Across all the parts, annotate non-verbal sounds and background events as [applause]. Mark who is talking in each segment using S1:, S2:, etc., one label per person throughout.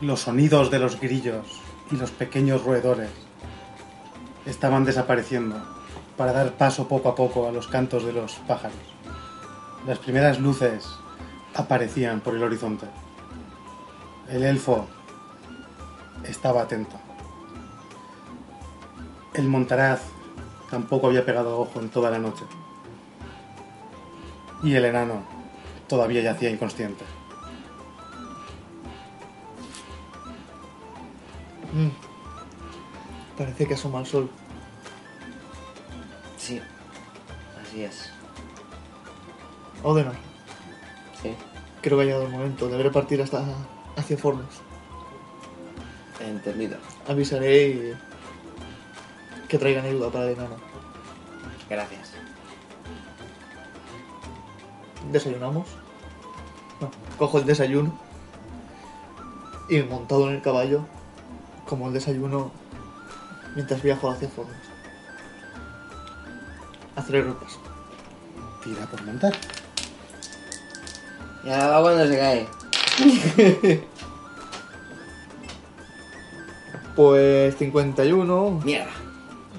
S1: Los sonidos de los grillos y los pequeños roedores estaban desapareciendo para dar paso poco a poco a los cantos de los pájaros. Las primeras luces aparecían por el horizonte. El elfo estaba atento. El montaraz tampoco había pegado ojo en toda la noche. Y el enano todavía yacía inconsciente.
S2: Mm. Parece que asoma el sol.
S3: Sí, así es.
S2: Odenor,
S3: Sí.
S2: creo que ha llegado el momento. Deberé partir hasta hacia Fornos.
S3: Entendido.
S2: Avisaré y que traigan ayuda para el enano.
S3: Gracias.
S2: Desayunamos. No, cojo el desayuno. Y montado en el caballo, como el desayuno, mientras viajo hacia Fornos. A tres ropas.
S1: Tira por montar.
S3: Y ahora va cuando se cae.
S2: Pues 51
S3: Mierda.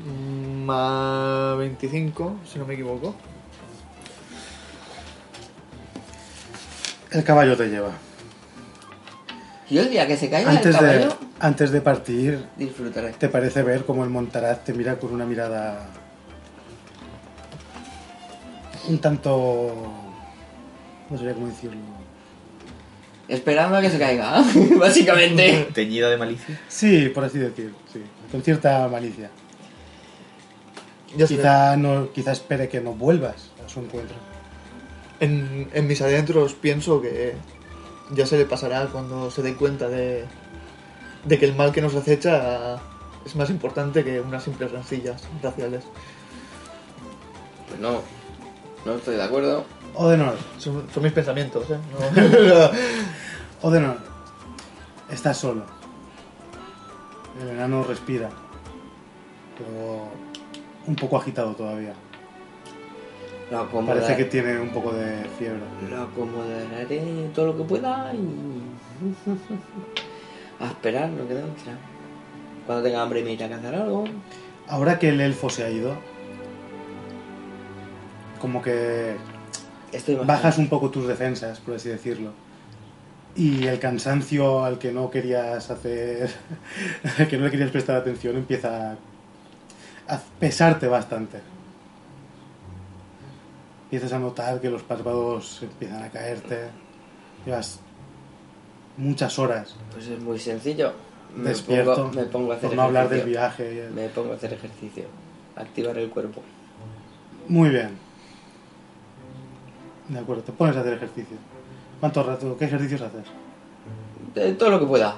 S2: mm, más 25, si no me equivoco.
S1: El caballo te lleva.
S3: Yo el día que se caiga ¿Eh? el
S1: Antes de,
S3: caballo,
S1: antes de partir,
S3: disfrutaré.
S1: te parece ver como el montaraz te mira con una mirada un tanto... No sabría cómo decirlo.
S3: Esperando a que se caiga, [laughs] ¿eh? básicamente.
S4: Teñida de malicia.
S1: Sí, por así decir, sí. Con cierta malicia.
S2: Ya está.
S1: Quizá, no, quizá espere que no vuelvas a su encuentro.
S2: En, en mis adentros pienso que ya se le pasará cuando se dé cuenta de, de que el mal que nos acecha es más importante que unas simples rencillas raciales.
S3: Pues no, no estoy de acuerdo.
S1: Odenor,
S2: Son, son mis pensamientos, ¿eh? No-
S1: Odenor, estás solo. El enano respira, pero un poco agitado todavía.
S3: Lo acomodaré.
S1: Parece que tiene un poco de fiebre.
S3: Lo acomodaré todo lo que pueda y. [laughs] a esperar, no queda otra. Cuando tenga hambre me iré a cazar algo.
S1: Ahora que el elfo se ha ido, como que
S3: Estoy más.
S1: bajas un poco tus defensas, por así decirlo. Y el cansancio al que no querías hacer, [laughs] al que no le querías prestar atención, empieza a pesarte bastante. Empiezas a notar que los párpados empiezan a caerte. Llevas muchas horas
S3: Pues es muy sencillo. Me
S1: despierto,
S3: Pongo, me pongo a hacer
S1: por no hablar del
S3: ejercicio.
S1: viaje.
S3: Me pongo a hacer ejercicio. Activar el cuerpo.
S1: Muy bien. De acuerdo, te pones a hacer ejercicio. ¿Cuánto rato? ¿Qué ejercicios haces?
S3: De todo lo que pueda.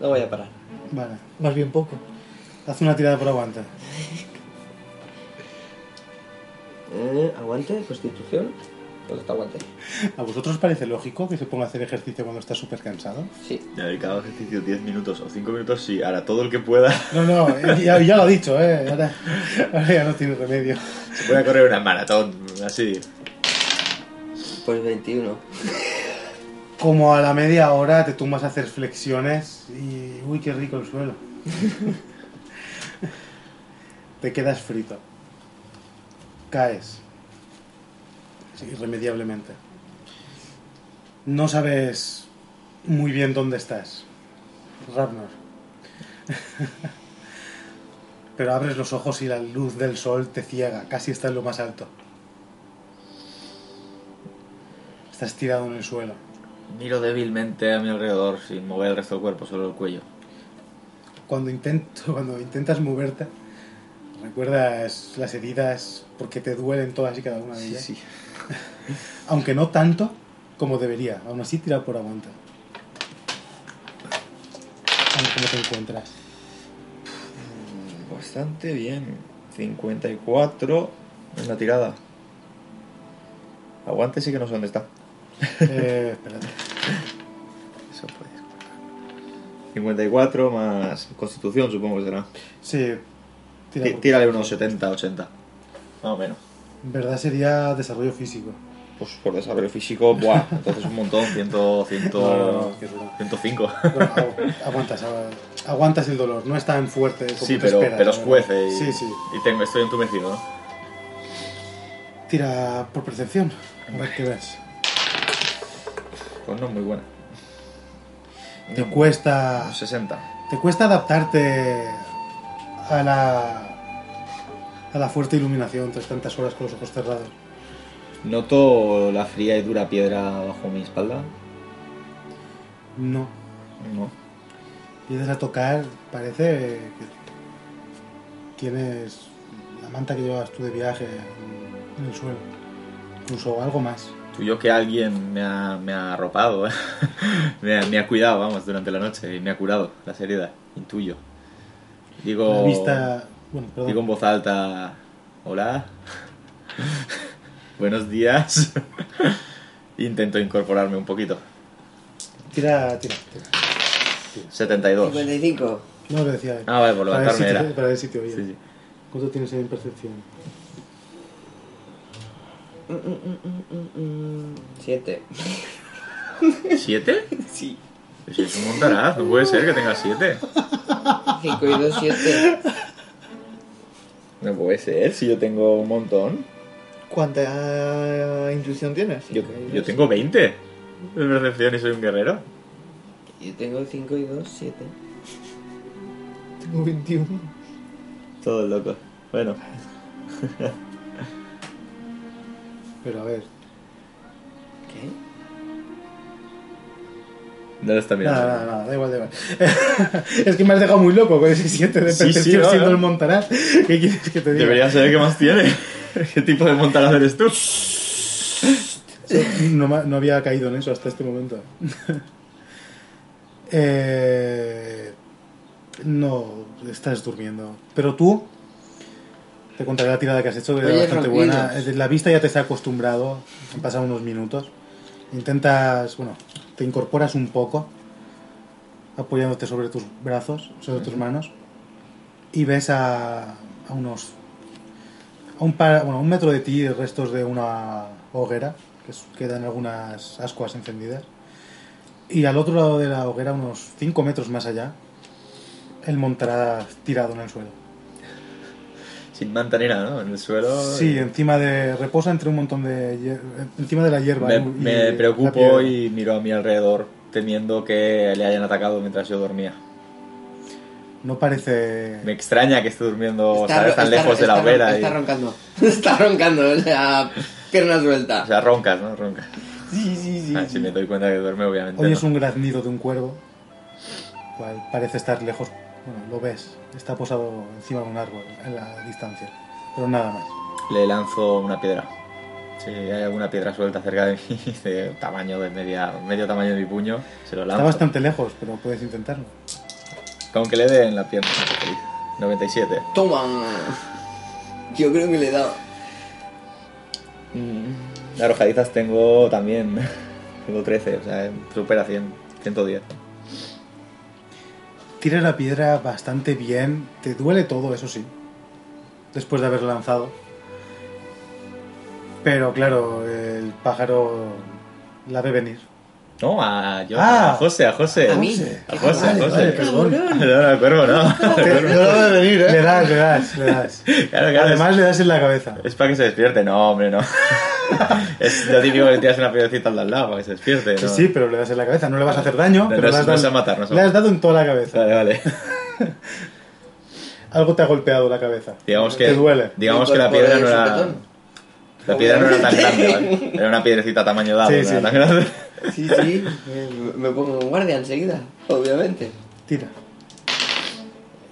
S3: No voy a parar.
S1: Vale.
S2: [laughs] más bien poco.
S1: Haz una tirada por aguante.
S3: Eh, aguante, constitución. ¿Dónde está Pues aguante?
S1: ¿A vosotros os parece lógico que se ponga a hacer ejercicio cuando está súper cansado?
S3: Sí.
S4: Ya ver, cada ejercicio 10 minutos o 5 minutos, sí, hará todo el que pueda. [laughs]
S1: No, no, eh, ya, ya lo ha dicho, ¿eh? Ahora, ahora ya no tiene remedio.
S4: Se puede correr una maratón, así.
S3: Pues 21.
S1: Como a la media hora te tumbas a hacer flexiones y... Uy, qué rico el suelo. [laughs] te quedas frito. Caes. Sí, irremediablemente. No sabes muy bien dónde estás. Ravnor. [laughs] Pero abres los ojos y la luz del sol te ciega. Casi estás en lo más alto. Estás tirado en el suelo.
S4: Miro débilmente a mi alrededor sin mover el resto del cuerpo, solo el cuello.
S1: Cuando, intento, [laughs] cuando intentas moverte, recuerdas las heridas porque te duelen todas y cada una de
S4: Sí,
S1: ellas.
S4: sí.
S1: Aunque no tanto como debería. Aún así, tira por aguanta. A ver cómo te
S4: [laughs]
S1: encuentras.
S4: Bastante bien. 54 en la tirada. Aguante, sí que no sé dónde está.
S1: Eh, espérate.
S4: Eso puede ser. 54 más constitución, supongo que será.
S1: Sí, tira
S4: Tí-
S1: por-
S4: Tírale unos 70, 80. Más o menos.
S1: En verdad sería desarrollo físico.
S4: Pues por desarrollo físico, buah, entonces un montón, 100, 100, [laughs]
S1: No, no, no, qué duro.
S4: 105.
S1: Bueno, agu- aguantas, agu- aguantas el dolor, no es tan fuerte como
S4: Sí,
S1: te
S4: pero,
S1: esperas,
S4: pero
S1: la
S4: os cuece
S1: verdad.
S4: y,
S1: Sí, sí.
S4: y tengo, estoy entumecido, ¿no?
S1: Tira por percepción, a ver qué ves.
S4: Pues no es muy buena.
S1: Te
S4: No,
S1: cuesta,
S4: un 60.
S1: te cuesta adaptarte a la a la fuerte iluminación tras tantas horas con los ojos cerrados.
S4: Noto la fría y dura piedra bajo mi espalda.
S1: No,
S4: No.
S1: empiezas a tocar, parece que tienes la manta que llevabas tú de viaje en- en el suelo, incluso algo más.
S4: Tuyo que alguien me ha, me ha arropado, ¿eh? [laughs] me, ha, me ha cuidado, vamos, durante la noche y me ha curado las heridas. Intuyo. Digo,
S1: La vista, bueno, perdón.
S4: digo en voz alta: Hola. [laughs] Buenos días. [laughs] Intento incorporarme un poquito.
S1: Tira, tira, tira.
S4: 72.
S3: 55.
S1: No lo decía.
S4: Ah, vale, por
S1: para ver si
S4: levantarme
S1: te-
S4: era.
S1: para ver si te oía.
S4: Sí, sí.
S1: ¿Cuánto tienes en percepción?
S3: Mm, 7.
S4: ¿Siete? [laughs]
S3: Sí.
S4: Pues es un montaraz, no puede ser que tenga siete.
S3: 5 y 2, 7.
S4: No puede ser, si yo tengo un montón.
S2: ¿Cuánta intuición tienes?
S4: Yo, yo tengo 20 de percepción y soy un guerrero.
S3: [laughs] Yo tengo 5 y 2, 7.
S2: Tengo 21.
S4: Todo loco. Bueno,
S1: Pero a ver.
S3: ¿Qué?
S4: no lo está mirando.
S1: Nada, nada, nada, da igual, [laughs] da igual. es que me has dejado muy loco con ese 7 de
S4: Sí,
S1: percepción
S4: sí, no,
S1: siendo
S4: no.
S1: el montaraz. [laughs] ¿Qué quieres que te diga?
S4: Debería saber qué más tiene. ¿Qué tipo de montaraz eres tú?
S1: No, ma- no había caído en eso hasta este momento. [laughs] Eh, no, estás durmiendo. Pero tú, te contaré la tirada que has hecho, que era
S3: Oye,
S1: bastante
S3: tranquilos.
S1: buena. Eh, La vista ya te está acostumbrado, han pasado unos minutos. Intentas, bueno, te incorporas un poco, apoyándote sobre tus brazos, sobre tus manos, y ves a, a unos a un, par- bueno, a un metro de ti restos de una hoguera, que es- quedan algunas ascuas encendidas. Y al otro lado de la hoguera, unos 5 metros más allá, el montaraz tirado en el suelo.
S4: Sin manta ni nada, ¿no? En el suelo.
S1: Sí, encima de... reposa entre un montón de... hier- encima de la hierba.
S4: Me,
S1: y- y
S4: me
S1: la
S4: preocupo
S1: piedra.
S4: y miro a mi alrededor temiendo que le hayan atacado mientras yo dormía.
S1: No parece...
S4: Me extraña que esté durmiendo Oh, ¿sabes? tan lejos de la
S3: está ron-
S4: hoguera. y-
S3: Está roncando. [laughs] Está roncando, o sea, pierna suelta.
S4: O sea, roncas, ¿no? Roncas.
S3: sí, sí, sí.
S4: Ah, si me doy cuenta que duerme, obviamente.
S1: Hoy
S4: no.
S1: es un graznido de un cuervo, cual parece estar lejos, bueno, lo ves, está posado encima de un árbol a la distancia, pero nada más.
S4: Le lanzo una piedra. Si hay alguna piedra suelta cerca de mí, [laughs] de tamaño de media, medio tamaño de mi puño, se lo
S1: Está
S4: lanzo.
S1: bastante lejos, pero puedes intentarlo.
S4: Con que le den la pierna. estoy feliz. 97.
S3: Toma. Yo creo que le he dado.
S4: De arrojadizas tengo también. [laughs] Tengo 13, o sea, supera 100. 110.
S1: Tira la piedra bastante bien, te duele todo, eso sí, después de haberla lanzado. Pero claro, el pájaro la ve venir.
S4: No, a yo,
S1: Ah.
S4: a José, a José.
S3: A mí.
S4: A José, a
S1: Vale, vale,
S4: José.
S1: perdón.
S4: No, no,
S1: [laughs]
S4: cuervo, no. [laughs]
S1: Te- Le das, le das, le das.
S4: Claro, claro,
S1: ¿eh? [laughs] Además le das en la cabeza.
S4: Es para que se despierte, no,
S1: [laughs]
S4: hombre, no. es lo típico que le tiras una piedrecita al de al lado para que se despierte.
S1: Sí,
S4: Eh, ¿no?
S1: sí, pero le das en la cabeza, no le vas a hacer daño,
S4: No,
S1: pero
S4: no
S1: le,
S4: es-
S1: has
S4: no
S1: dado,
S4: es a matar, no es a
S1: le has dado en toda la cabeza.
S4: Vale, vale.
S1: Algo te ha golpeado la cabeza.
S4: Digamos que,
S1: Te duele.
S4: Digamos que la
S3: Por- por
S4: piedra
S3: el
S4: no era.
S3: sopetón.
S4: La piedra no era tan grande, ¿vale? Era una piedrecita tamaño dado,
S1: Sí,
S4: no era
S1: sí.
S4: tan grande.
S3: Sí,
S4: [laughs]
S3: sí, me- me pongo en guardia enseguida, obviamente.
S1: Tira.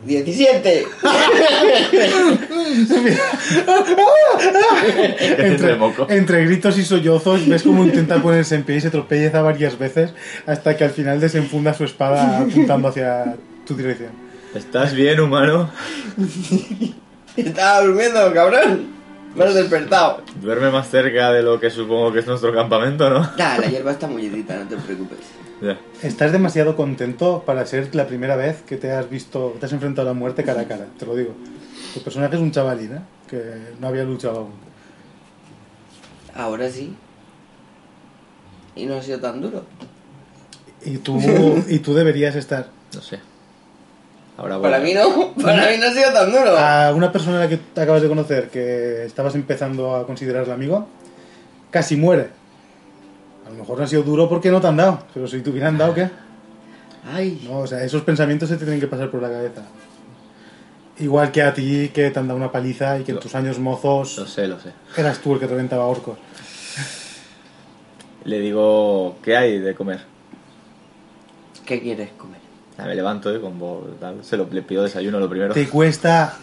S3: 17.
S4: Entre moco.
S1: [laughs] entre gritos y sollozos ves cómo intenta ponerse en pie y se tropeza varias veces hasta que al final desenfunda su espada apuntando hacia tu dirección.
S4: ¿Estás bien, humano?
S3: [laughs] Estaba durmiendo, cabrón. Me has despertado.
S4: Duerme más cerca de lo que supongo que es nuestro campamento, ¿no?
S3: Nah, la hierba está mullidita, no te preocupes.
S4: Ya.
S1: Estás demasiado contento para ser la primera vez que te has visto, te has enfrentado a la muerte cara a cara, te lo digo. Tu personaje es un chavalín, ¿eh? que no había luchado aún.
S3: Ahora sí. Y no ha sido tan duro.
S1: Y tú, y tú deberías estar.
S4: No sé. Ahora
S3: Para mí no, para mí no ha sido tan duro.
S4: Ah.
S1: A una persona a la que te acabas de conocer, que estabas empezando a considerarla amigo, casi muere. A lo mejor no ha sido duro porque no te han dado, pero si te hubieran dado, ¿qué?
S3: Ay,
S1: No, o sea, esos pensamientos se te tienen que pasar por la cabeza. Igual que a ti, que te han dado una paliza y que en
S4: Lo-
S1: tus años
S4: Lo
S1: mozos
S4: sé, lo sé.
S1: eras tú el que reventaba orcos.
S4: Le digo, ¿qué hay de comer?
S3: ¿qué quieres comer?
S4: Ah, Me levanto y con voz, tal. Se lo, le pido desayuno lo primero.
S1: Te cuesta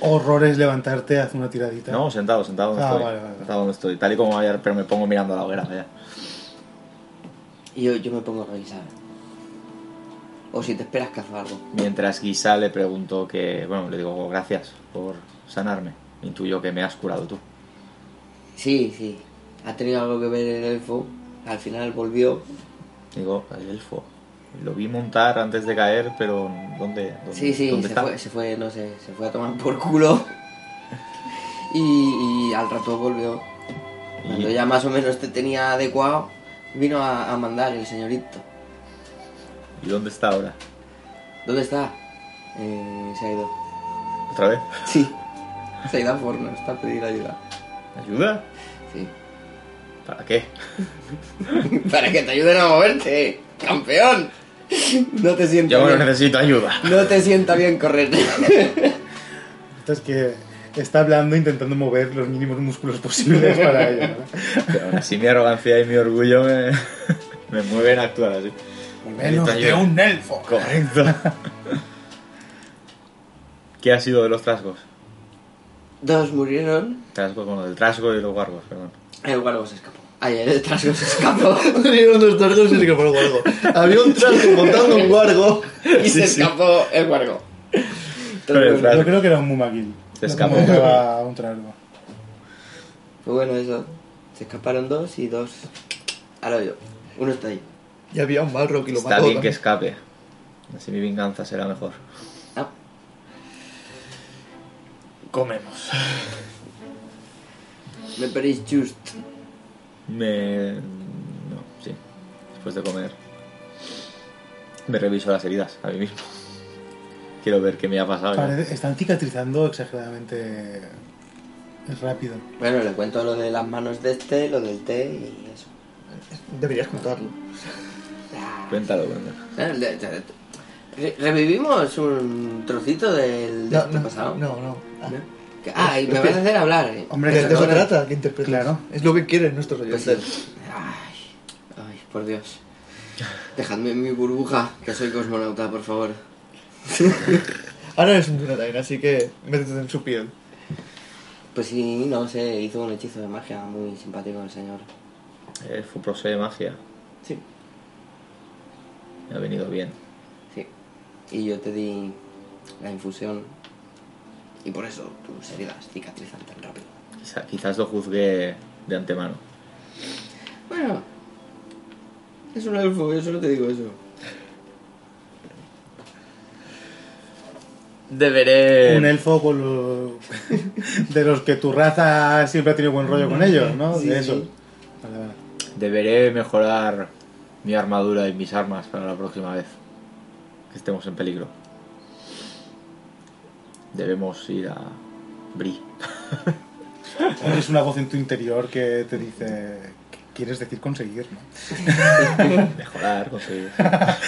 S1: horrores levantarte, haz una tiradita.
S4: No, sentado, sentado donde
S1: Ah,
S4: estoy.
S1: vale, vale.
S4: Sentado donde estoy. Tal y como ayer, pero me pongo mirando a la hoguera, vaya.
S3: Y yo, yo me pongo a revisar. O si te esperas que haga algo.
S4: Mientras Guisa le pregunto que, bueno, le digo gracias por sanarme. Intuyo que me has curado tú.
S3: Sí, sí. Ha tenido algo que ver el elfo. Al final volvió.
S4: Digo, el elfo. Lo vi montar antes de caer, pero ¿dónde? dónde
S3: Sí, sí,
S4: dónde
S3: se
S4: está?
S3: fue, se fue, no sé, se fue a tomar por culo. [laughs] Y, y al rato volvió. Cuando
S4: Y-
S3: ya más o menos te tenía adecuado, vino a, a mandar el señorito.
S4: ¿Y dónde está ahora?
S3: ¿Dónde está? Eh, se ha
S4: [laughs]
S3: ido.
S4: ¿Otra vez?
S3: Sí. Se ha ido a Forno, está a pedir ayuda.
S4: ¿Ayuda?
S3: Sí. [laughs]
S4: ¿Para qué?
S3: Para que te ayuden a moverte, campeón. No te sienta
S4: Yo no
S3: bien.
S4: necesito ayuda.
S3: No te sienta bien correr. [laughs]
S1: Entonces que está hablando intentando mover los mínimos músculos posibles para ello. ¿no?
S4: Pero aún así mi arrogancia y mi orgullo me, [laughs] me mueven a actuar así. Necesito ayuda.
S1: elfo.
S4: Correcto. ¿Qué ha sido de los trasgos?
S3: Dos murieron.
S4: Trasgos, bueno, del trasgo y los guargos, perdón.
S3: El guargo se escapó. Ay, el trasgo se escapó.
S2: Vinieron dos trasgos y se quemó el guargo. Había un trasgo montando un guargo.
S3: [laughs] Y se
S4: Sí, sí.
S3: escapó el guargo.
S4: Pero el
S1: Yo creo que era un mumaguil.
S4: Se escapó.
S1: No era un trasgo.
S3: Pues bueno, eso. Se escaparon dos y dos al hoyo. Uno está ahí.
S2: Y había un balro que lo
S4: Está
S2: mató.
S4: bien que
S2: también.
S4: escape. Así mi venganza será mejor.
S3: Ah,
S4: Comemos.
S3: me paréis just.
S4: Me... No, sí. Después de comer. Me reviso las heridas a mí mismo. [laughs] Quiero ver qué me ha pasado. ya.
S1: Parece- Están cicatrizando exageradamente rápido.
S3: Bueno, le cuento lo de las manos de este, lo del té y eso.
S2: Deberías contarlo.
S3: Ah.
S4: Cuéntalo, cuéntalo.
S3: Eh, le- le- re- Revivimos un trocito del de
S2: No,
S3: este
S2: no,
S3: pasado.
S2: no, no. Ah,
S3: Que- Ah, y me vas a hacer hablar. eh.
S1: Hombre,
S2: ¿De qué se
S3: Perdona.
S2: trata? ¿Qué interpretas?
S1: Claro.
S2: Es lo que quieren nuestros oyentes.
S3: Pues sí. Ay, ay, por Dios. Dejadme en mi burbuja, que soy cosmonauta, por favor.
S2: Ahora eres un Dunedain, así que métete en su piel.
S3: Pues sí, no sé, hizo un hechizo de magia muy simpático el señor.
S4: Eh, fue prosé de magia.
S3: Sí.
S4: Me ha venido bien.
S3: Sí. Y yo te di la infusión. Y por eso tus heridas cicatrizan tan rápido.
S4: Quizá- quizás lo juzgué de antemano.
S3: Bueno. Es un elfo, yo solo te digo eso.
S4: Deberé.
S1: Un elfo con los- [laughs] de los que tu raza siempre ha tenido buen rollo con ellos, ¿no?
S3: Sí,
S1: de eso.
S3: sí.
S1: Vale, vale.
S4: Deberé mejorar mi armadura y mis armas para la próxima vez que estemos en peligro. Debemos ir a Bri.
S1: Es una voz en tu interior que te dice que quieres decir conseguir, ¿no?
S4: Mejorar, conseguir.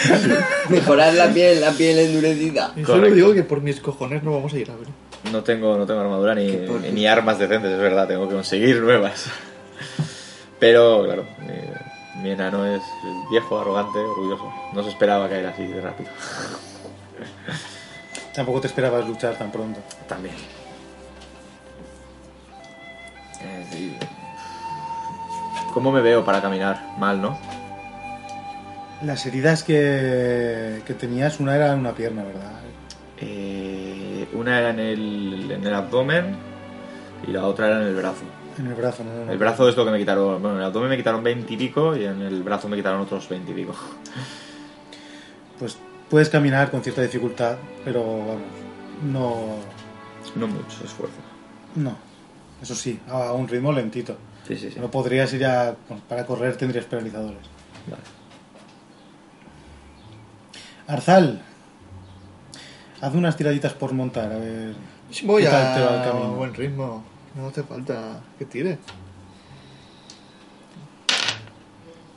S3: [laughs] Mejorar la piel, la piel endurecida.
S2: Y solo
S4: Correcto.
S2: digo que por mis cojones no vamos a ir a ver.
S4: No tengo, no tengo armadura ni,
S3: Qué porquería.
S4: ni armas decentes, es verdad, tengo que conseguir nuevas. Pero, claro, eh, Mi enano es viejo, arrogante, orgulloso. No se esperaba caer así de rápido. [laughs]
S1: Tampoco te esperabas luchar tan pronto.
S4: También. Eh, sí. ¿Cómo me veo para caminar? Mal, ¿no?
S1: Las heridas que, que tenías, una era en una pierna, ¿verdad?
S4: Eh, una era en el, en el abdomen y la otra era en el brazo.
S1: En el brazo, ¿no?
S4: El brazo es lo que me quitaron. Bueno, en el abdomen me quitaron 20 y pico y en el brazo me quitaron otros 20 y pico.
S1: Pues puedes caminar con cierta dificultad, pero vamos, no.
S4: [laughs] No mucho esfuerzo.
S1: No. Eso sí, a un ritmo lentito.
S4: Sí, sí, sí.
S1: No podrías ir a. Para correr tendrías penalizadores.
S4: Vale.
S1: Arzal, haz unas tiraditas por montar, a ver.
S2: Si voy
S1: ¿Qué tal te va el
S2: a
S1: camino?
S2: buen ritmo. No hace falta que tire.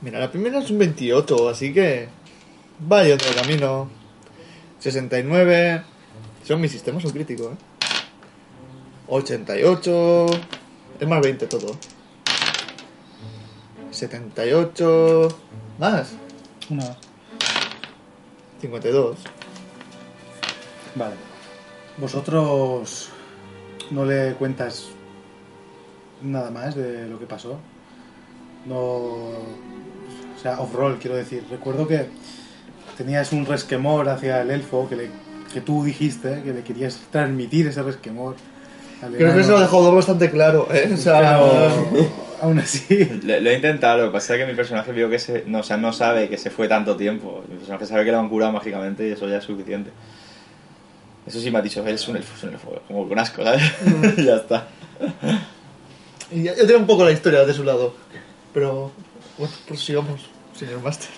S2: Mira, la primera es un 28, así que. Vaya otro camino. 69. Son mis sistemas son críticos, ¿eh? 88. Es más 20 todo. 78. Más.
S1: Una.
S2: 52.
S1: Vale. ¿Vosotros no le cuentas nada más de lo que pasó? No. O sea, off-roll, quiero decir. Recuerdo que tenías un resquemor hacia el elfo que, le, que tú dijiste que le querías transmitir ese resquemor. al
S2: Creo que
S1: enano,
S2: eso lo dejó todo bastante claro, ¿eh? O sea.
S1: pero aún así.
S4: Lo, lo he intentado, lo que pasa es que mi personaje vio que se, no, o sea, no sabe que se fue tanto tiempo. Mi personaje sabe que lo han curado mágicamente y eso ya es suficiente. Eso sí me ha dicho, él es un elfo, es un elfo, como con asco, ¿sabes? [laughs] ya está.
S2: Y ya, ya tiene un poco la historia de su lado. Pero bueno, prosigamos, señor Master.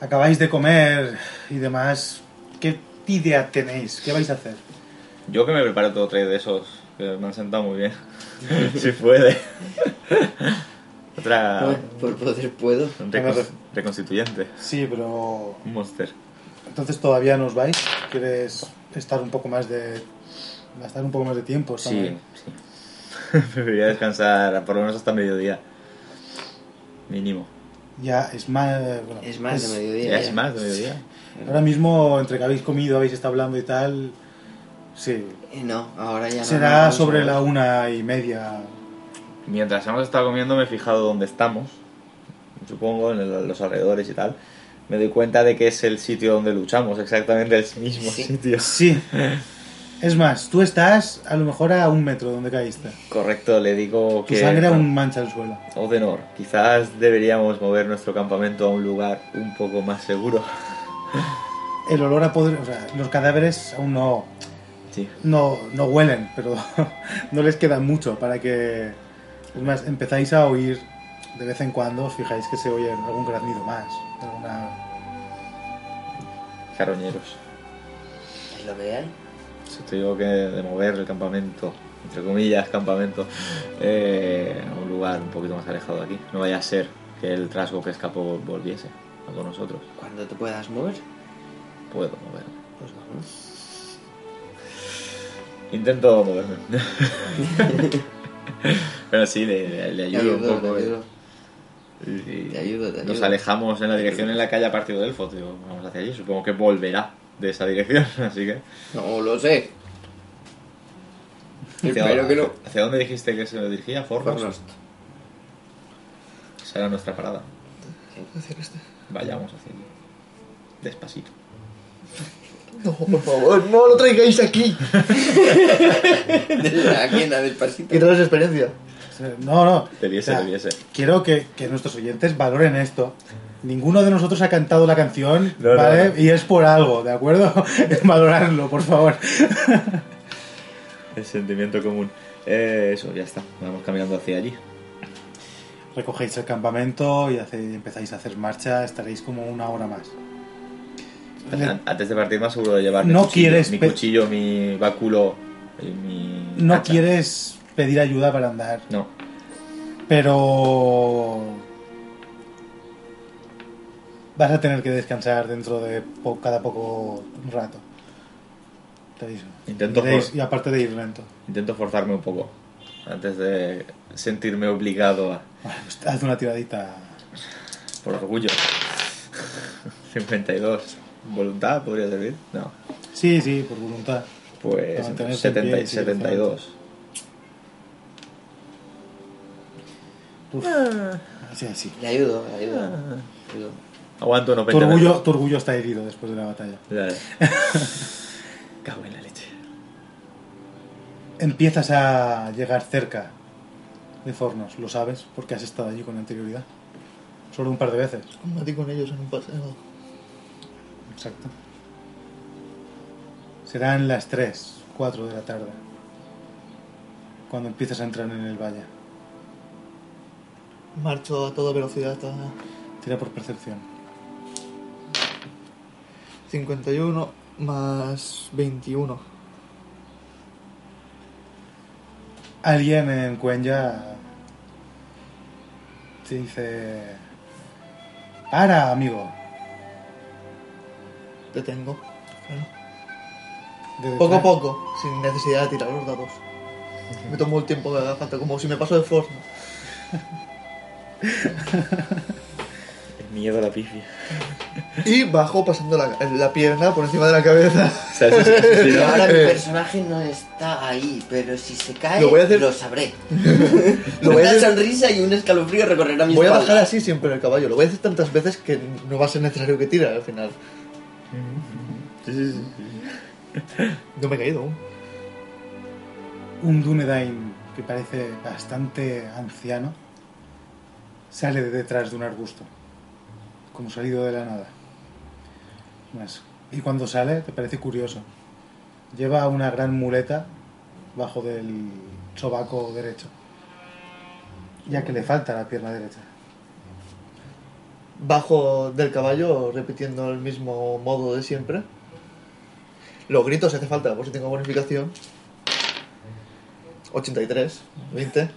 S1: Acabáis de comer y demás. ¿Qué idea tenéis? ¿Qué vais a hacer?
S4: Yo que me preparo todo tres de esos, que me han sentado muy bien. [laughs] si [laughs] puede. Otra.
S3: Por, por poder puedo.
S4: un recon- reconstituyente.
S1: Sí, pero
S4: Un monster.
S1: Entonces todavía nos vais. ¿Quieres estar un poco más de gastar un poco más de tiempo? Está muy
S4: Sí,
S1: bien.
S4: sí. [laughs] Preferiría descansar por lo menos hasta mediodía. Mínimo.
S1: Ya es más. bueno,
S3: Es más
S1: es-
S3: de mediodía.
S4: Ya es más de mediodía.
S1: Ahora mismo entre que habéis comido, habéis estado hablando y tal, sí.
S3: Eh, no, ahora ya no.
S1: Será
S3: no,
S1: sobre
S3: no.
S1: la una y media.
S4: Mientras hemos estado comiendo me he fijado dónde estamos, supongo, en el- los alrededores y tal. Me doy cuenta de que es el sitio donde luchamos, exactamente el mismo
S3: Sí.
S4: sitio.
S1: Sí. Es más, tú estás a lo mejor a un metro donde caíste.
S4: Correcto, le digo
S1: Tu
S4: que...
S1: sangre aún mancha el suelo.
S4: Odenor, quizás deberíamos mover nuestro campamento a un lugar un poco más seguro.
S1: El olor a podrido. O sea, los cadáveres aún no,
S4: Sí.
S1: no, no huelen, pero [laughs] no les queda mucho para que... Es más, empezáis a oír de vez en cuando, os fijáis que se oye algún graznido más. alguna-
S4: Carroñeros.
S3: ¿Es lo que hay?
S4: Si te digo que de mover el campamento, entre comillas, campamento, eh, a un lugar un poquito más alejado de aquí. No vaya a ser que el trasgo que escapó volviese a con nosotros.
S3: Cuando te puedas mover,
S4: Puedo moverme.
S3: pues vamos.
S4: Intento moverme. Pero sí, le, le- le
S3: Te
S4: ayudo un
S3: ayudo,
S4: poco.
S3: te
S4: eh.
S3: ayudo.
S4: Y-
S3: Te ayudo, te
S4: Nos
S3: ayudo.
S4: alejamos en la dirección en la que haya partido del foto. Digo, vamos hacia allí. Supongo que volverá de esa dirección. [laughs] Así que.
S3: No lo sé.
S4: ¿Hacia,
S3: Espero que no.
S4: ¿Hacia dónde dijiste que se dirigía? Fornos.
S3: Fornos.
S4: Esa era nuestra parada.
S2: Hacer este.
S4: Vayamos hacia allí. Despacito.
S2: No, por favor, no lo traigáis aquí.
S3: Desde [laughs] aquí en la del pasito.
S2: Quitaros experiencia.
S1: No, no.
S4: Debiese,
S1: O sea,
S4: debiese.
S1: Quiero que, que nuestros oyentes valoren esto. Ninguno de nosotros ha cantado la canción,
S4: No, no,
S1: ¿vale?
S4: no.
S1: Y es por algo, ¿de acuerdo? [laughs] Valorarlo, por favor.
S4: El sentimiento común. Eh, eso, ya está. Vamos caminando hacia allí.
S1: Recogéis el campamento y hace- empezáis a hacer marcha, estaréis como una hora más.
S4: An- Antes de partir, más seguro de llevar mi
S1: No
S4: cuchillo,
S1: quieres
S4: mi
S1: pe-
S4: cuchillo, mi báculo y mi.
S1: No
S4: hacha.
S1: quieres pedir ayuda para andar,
S4: No.
S1: pero vas a tener que descansar dentro de po- cada poco rato. Te aviso.
S4: Intento
S1: Iréis-
S4: por-
S1: y aparte de ir lento.
S4: Intento forzarme un poco. Antes de sentirme obligado a.
S1: Bueno, pues haz una tiradita.
S4: Por orgullo. [laughs] 52. ¿Voluntad podría servir? No.
S1: Sí, sí, por voluntad.
S4: Pues
S1: Para mantenerse
S4: 70
S1: en pie, sí,
S4: 72.
S1: Uf. Así, así.
S3: Le ayudo, le ayudo. le ayudo.
S4: Aguanto unos
S1: Tu
S4: 20
S1: orgullo, tu orgullo está herido después de la batalla.
S4: metros. Ya. Cago en la leche.
S1: Empiezas a llegar cerca de Fornos, lo sabes, porque has estado allí con anterioridad. Solo un par de veces.
S2: Combatí con ellos en un paseo.
S1: Exacto. Serán las 3, 4 de la tarde. Cuando empiezas a entrar en el valle.
S2: Marcho a toda velocidad hasta
S1: Tira por percepción.
S2: 51 más 21.
S1: Alguien en Cuenya te dice... Para, amigo.
S2: Detengo. Claro.
S1: De
S2: Poco a
S1: detrás-
S2: poco, sin necesidad de tirar los dados. Me tomo el tiempo que haga falta, como si me paso de forma.
S4: El miedo a la pifia.
S2: Y bajo pasando la, la pierna por encima de la cabeza.
S4: [laughs] O sea, eso es- sí,
S3: Pero
S4: ¿no?
S3: ahora mi
S2: Eh.
S3: personaje no está ahí, pero si se cae,
S2: Lo
S3: lo,
S2: voy a hacer-
S3: sabré.
S2: Lo voy a
S3: Una
S2: hacer-
S3: sonrisa y un escalofrío recorrerá mi
S2: Voy a
S3: espalda.
S2: bajar así siempre el caballo. Lo voy a hacer tantas veces que no va a ser necesario que tire al final. No me he caído aún.
S1: Un Dunedain que parece bastante anciano sale de detrás de un arbusto, como salido de la nada. Más. Y cuando sale, te parece curioso. Lleva una gran muleta bajo del sobaco derecho, ya que le falta la pierna derecha.
S2: Bajo del caballo, repitiendo el mismo modo de siempre. Los gritos si hace falta, por si tengo bonificación. 83, 20.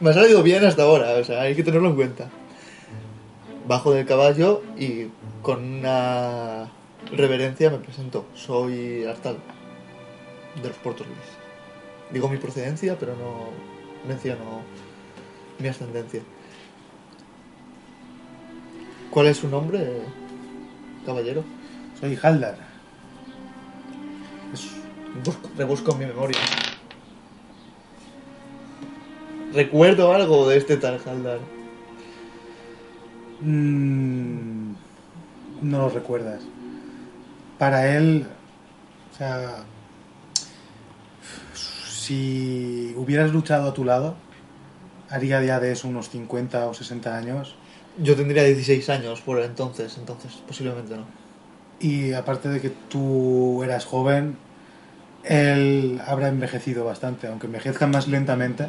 S2: Me ha salido bien hasta ahora, o sea, hay que tenerlo en cuenta. Bajo del caballo y con una reverencia me presento. Soy Artal, de los Puertos Luis. Digo mi procedencia, pero no menciono mi ascendencia. ¿Cuál es su nombre, caballero?
S1: Soy Haldar. Es-
S2: Busco- rebusco en mi memoria. Recuerdo algo de este tal Haldar.
S1: Mm, no lo recuerdas. Para él, o sea, si hubieras luchado a tu lado, haría ya de eso unos 50 o 60 años.
S2: Yo tendría 16 años por entonces, entonces posiblemente no.
S1: Y aparte de que tú eras joven, él habrá envejecido bastante, aunque envejezca más lentamente.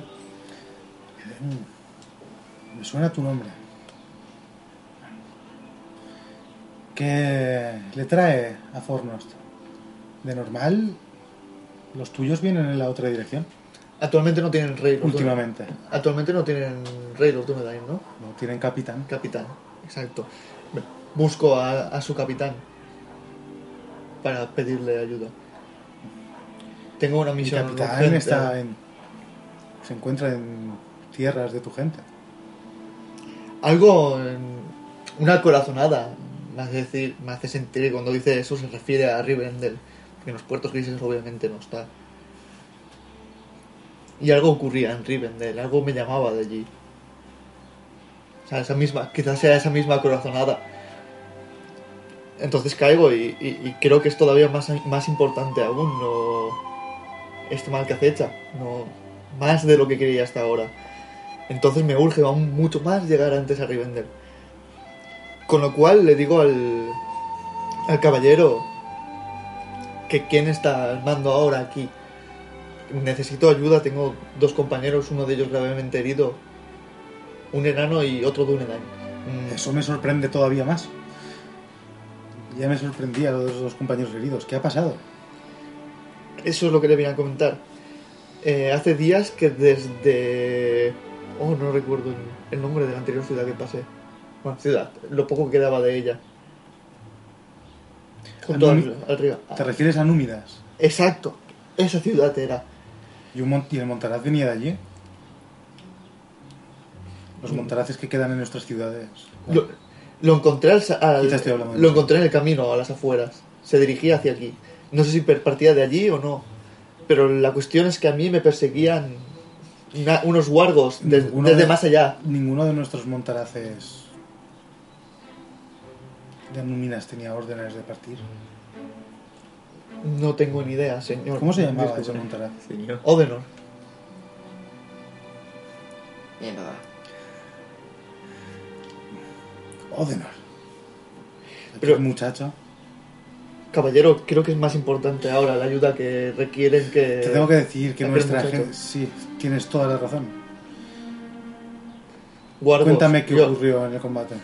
S1: Mm, Me suena tu nombre. ¿Qué le trae a Fornost? ¿De normal? ¿Los tuyos vienen en la otra dirección?
S2: Actualmente no tienen rey. los Dun-
S1: Últimamente.
S2: Actualmente no tienen rey los Dunedain, ¿no?
S1: No tienen capitán.
S2: Capitán, exacto. Busco a, a su capitán para pedirle ayuda. Tengo una
S1: Mi
S2: misión.
S1: capitán
S2: urgente.
S1: está en, se encuentra en tierras de tu gente.
S2: algo, en- una corazonada, me hace, decir, me hace sentir que cuando dice eso se refiere a Rivendell, que en los puertos grises obviamente no está. Y algo ocurría en Rivendell, algo me llamaba de allí. O sea, esa misma, quizás sea esa misma corazonada. Entonces caigo y, y- y creo que es todavía más, más importante aún, no este mal que acecha, no más de lo que quería hasta ahora. Entonces me urge aún mucho más llegar antes a Rivendell. Con lo cual le digo al, al caballero que quién está al mando ahora aquí. Necesito ayuda, tengo dos compañeros, uno de ellos gravemente herido, un enano y otro Dunedain. Mm,
S1: Eso me sorprende todavía más. Ya me sorprendía lo de los dos compañeros heridos. ¿Qué ha pasado?
S2: Eso es lo que le venía a comentar. Eh, hace días que desde... Oh, no recuerdo el- el nombre de la anterior ciudad que pasé. Bueno, ciudad, lo poco que quedaba de ella. Junto al,
S1: Anumi-
S2: al río.
S1: ¿Te refieres a Númidas?
S2: Exacto, esa ciudad era.
S1: ¿Y, un mon- y el Montaraz venía de allí? Los Montaraces que quedan en nuestras ciudades.
S2: Lo, lo encontré al, sa- al-
S1: Quizás estoy hablando de
S2: lo
S1: eso.
S2: encontré en el camino, a las afueras. Se dirigía hacia aquí. No sé si per- partía de allí o no. Pero la cuestión es que a mí me perseguían una- unos wargos des-
S1: Uno
S2: desde
S1: de-
S2: más allá.
S1: Ninguno de nuestros Montaraces de Minas tenía órdenes de partir.
S2: No tengo ni idea, señor.
S1: ¿Cómo se llamaba ese
S2: Disculpe.
S1: Montaraz?
S4: Señor.
S2: Odenor.
S3: Mierda.
S1: Odenor. Pero
S2: Pero-
S1: muchacho.
S2: Caballero, creo que es más importante ahora la ayuda que requieren que...
S1: Te tengo que decir que
S2: aquel
S1: nuestra
S2: Eh, muchacho.
S1: gente... Sí, tienes toda la razón.
S2: wargos.
S1: Cuéntame qué
S2: Yo-
S1: ocurrió en el combate.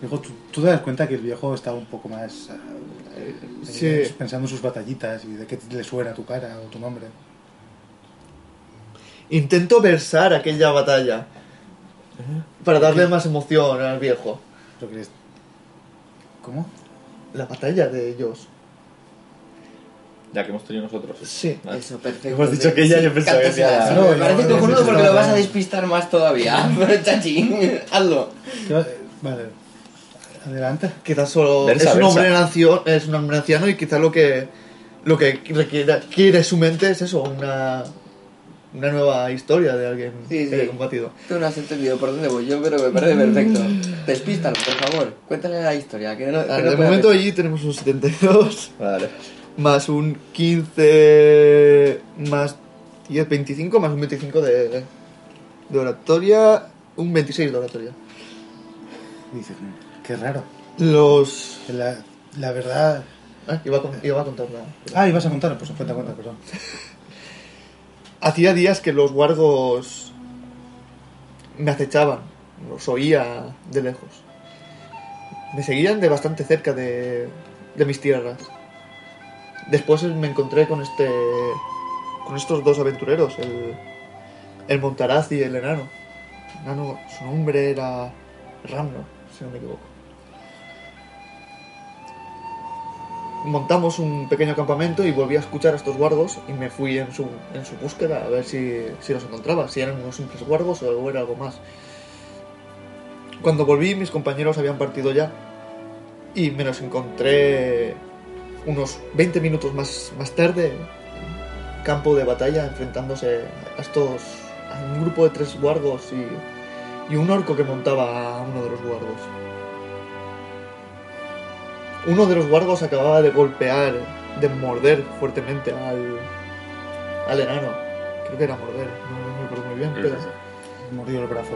S1: Viejo, ¿tú, tú te das cuenta que el viejo está un poco más ah,
S2: Sí.
S1: eh, pensando en sus batallitas y de qué le suena tu cara o tu nombre.
S2: Intento versar aquella batalla para darle más emoción al viejo.
S1: Lo que es- ¿Cómo?
S2: La batalla de ellos. Pues
S4: La que hemos tenido nosotros.
S2: Sí.
S4: Vale.
S3: Eso, perfecto.
S4: Hemos dicho que ella, yo pensaba que
S3: cántasela,
S4: decía-
S3: sí.
S1: No,
S3: Me
S1: no,
S3: parece
S1: no,
S3: cojonudo
S1: no,
S3: porque
S1: no,
S3: lo vas
S1: no.
S3: a despistar más todavía. [laughs] Pero chachín, hazlo.
S1: ¿Qué va- Vale. Adelante.
S2: Quizás solo
S4: Versa,
S2: es un
S4: versa.
S2: hombre anciano, es un hombre anciano y quizás lo que lo que requiere, quiere su mente es eso, una una nueva historia de alguien
S3: Sí, sí.
S2: que ha combatido.
S3: Tú no has entendido por dónde voy yo, pero me parece perfecto. Despístalo, por favor. Cuéntale la historia. Que no, que no
S2: Ah, de
S3: puede
S2: momento
S3: hacer.
S2: allí tenemos un 72
S4: Vale.
S2: más un 15 más 10 25 más un 25 de de oratoria, un 26 de oratoria.
S1: Y Dices, qué raro.
S2: Los
S1: La, la verdad...
S2: ah, iba a, con- iba a contar nada.
S1: Ah, ibas a contar, pues cuenta, cuenta, perdón.
S2: Hacía días que los guardos me acechaban, los oía de lejos. Me seguían de bastante cerca de, de mis tierras. Después me encontré con este con estos dos aventureros, el, el Montaraz y el enano. Enano, su nombre era Ramno, si no me equivoco. montamos un pequeño campamento y volví a escuchar a estos guardos y me fui en su, en su búsqueda a ver si, si los encontraba, si eran unos simples guardos o algo- era algo más. Cuando volví mis compañeros habían partido ya y me los encontré unos 20 minutos más, más tarde en campo de batalla enfrentándose a estos a un grupo de tres guardos y, y un orco que montaba a uno de los guardos. Uno de los guardos acababa de golpear, de morder fuertemente al, al enano. Creo que era morder, no, no me acuerdo muy bien, pero
S1: Mordió el brazo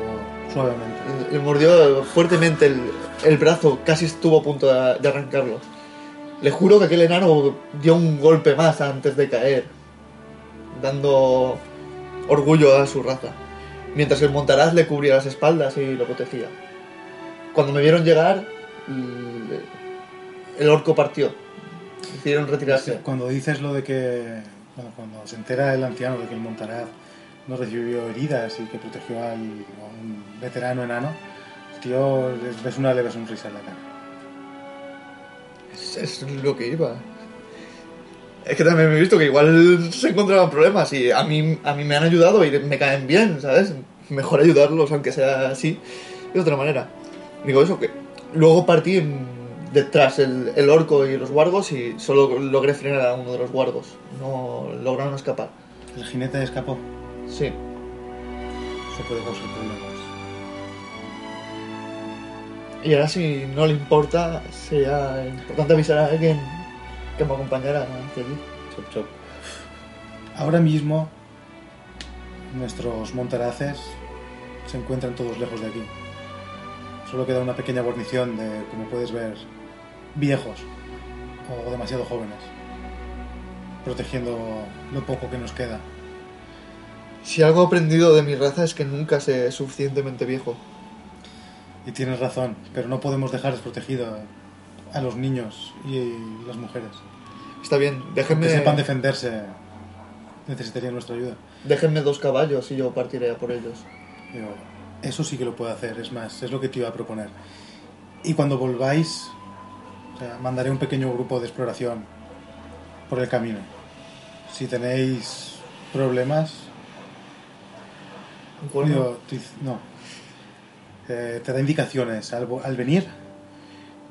S1: suavemente.
S2: le eh, mordió fuertemente el, el brazo, casi estuvo a punto de, de arrancarlo. Le juro que aquel enano dio un golpe más antes de caer, dando orgullo a su raza, mientras el montaraz le cubría las espaldas y lo protegía. Cuando me vieron llegar, le- el orco partió. Decidieron retirarse.
S1: Cuando dices lo de que. Bueno, cuando se entera el anciano de que el Montaraz no recibió heridas y que protegió al, a un veterano enano, el tío les ves una leve sonrisa en la cara.
S2: Es, es lo que iba. Es que también me he visto que igual se encontraban problemas y a mí, a mí me han ayudado y me caen bien, ¿sabes? Mejor ayudarlos, aunque sea así, de otra manera. Digo eso, que luego partí en- detrás el, el orco y los guardos y solo logré frenar a uno de los guardos. No lograron escapar.
S1: El jinete escapó.
S2: Sí.
S1: Eso puede causar problemas.
S2: Y ahora si no le importa, sería importante avisar a alguien que me acompañara hacia allí.
S4: Chop, chop.
S1: Ahora mismo, nuestros Montaraces se encuentran todos lejos de aquí. Solo queda una pequeña guarnición de, como puedes ver, viejos o demasiado jóvenes, protegiendo lo poco que nos queda.
S2: Si algo he aprendido de mi raza es que nunca sé suficientemente viejo.
S1: Y tienes razón, pero no podemos dejar desprotegido a los niños y las mujeres.
S2: Está bien, déjenme,
S1: Que sepan defenderse, necesitarían nuestra ayuda.
S2: déjenme dos caballos y yo partiré a por ellos.
S1: Digo, eso sí que lo puedo hacer, es más, es lo que te iba a proponer. Y cuando volváis, o sea, mandaré un pequeño grupo de exploración por el camino. Si tenéis problemas,
S2: Un cuerno.
S1: digo, te dice- no. Eh, te da indicaciones. Al, vo- al venir,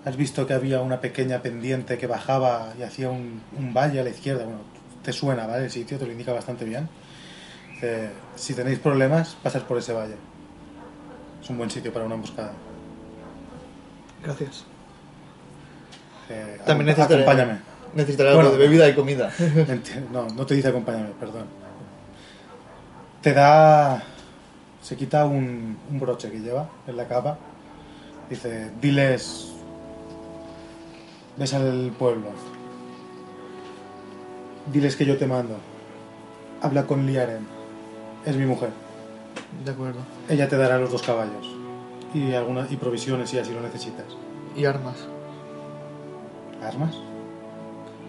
S1: has visto que había una pequeña pendiente que bajaba y hacía un, un valle a la izquierda. Bueno, te suena, ¿vale? El sitio te lo indica bastante bien. Eh, si tenéis problemas, pasas por ese valle. Es un buen sitio para una emboscada.
S2: Gracias.
S1: Eh, acom-
S2: También necesitaré-
S1: acompáñame.
S2: Necesitaré algo
S1: Bueno.
S2: de bebida y comida.
S1: [laughs] Enti- No, no te dice acompáñame, perdón. Te da. Se quita un, un broche que lleva en la capa. Dice: Diles. Ves al pueblo. Diles que yo te mando. Habla con Liaren. Es mi mujer.
S2: De acuerdo.
S1: Ella te dará los dos caballos. Y, algunas, y provisiones si así lo necesitas.
S2: Y armas.
S1: ¿Armas?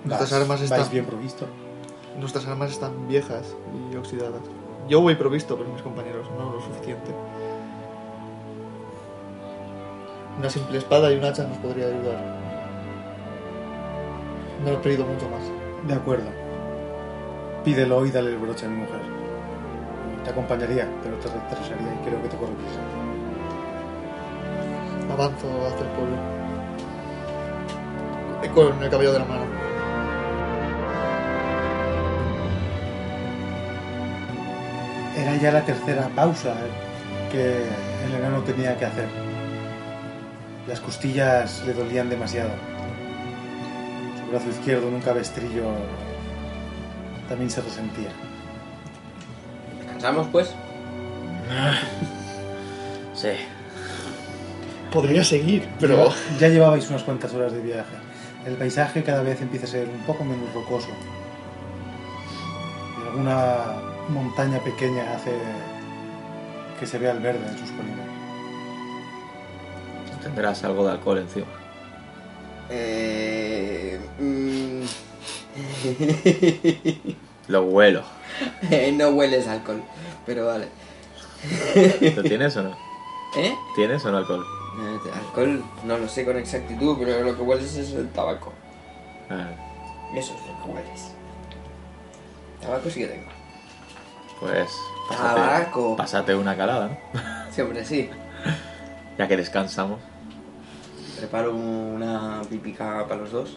S2: Nuestras
S1: Vas-
S2: armas
S1: Vais
S2: están-
S1: bien provisto.
S2: Nuestras armas están viejas y oxidadas. Yo voy provisto, pero mis compañeros no lo suficiente. Una simple espada y un hacha nos podría ayudar. No he pedido mucho más.
S1: De acuerdo. Pídelo y dale el broche a mi mujer. Te acompañaría, pero te retrasaría y creo que te correrías.
S2: Avanzo hacia el pueblo. Eh, Con el cabello de la mano.
S1: Era ya la tercera pausa eh, que el enano tenía que hacer. Las costillas le dolían demasiado. Su brazo izquierdo en un cabestrillo también se resentía.
S3: ¿Descansamos, pues?
S4: Sí.
S2: Podría seguir, pero...
S1: Ya- ya llevabais unas cuantas horas de viaje. El paisaje cada vez empieza a ser un poco menos rocoso. Y alguna montaña pequeña hace que se vea el verde en sus colinas.
S4: Tendrás algo de alcohol encima.
S3: Eh, mm, [laughs]
S4: Lo huelo.
S3: no hueles alcohol, pero vale.
S4: ¿Lo tienes o no?
S3: ¿Eh?
S4: ¿Tienes o no alcohol?
S3: Eh, Alcohol no lo sé con exactitud, pero lo que hueles es el tabaco.
S4: Ah,
S3: Eso es lo que hueles. Tabaco sí que tengo.
S4: pues.
S3: Tabaco.
S4: Pásate una calada, ¿no?
S3: Siempre sí.
S4: Ya
S3: [laughs]
S4: que descansamos.
S3: Preparo una pipica para los dos.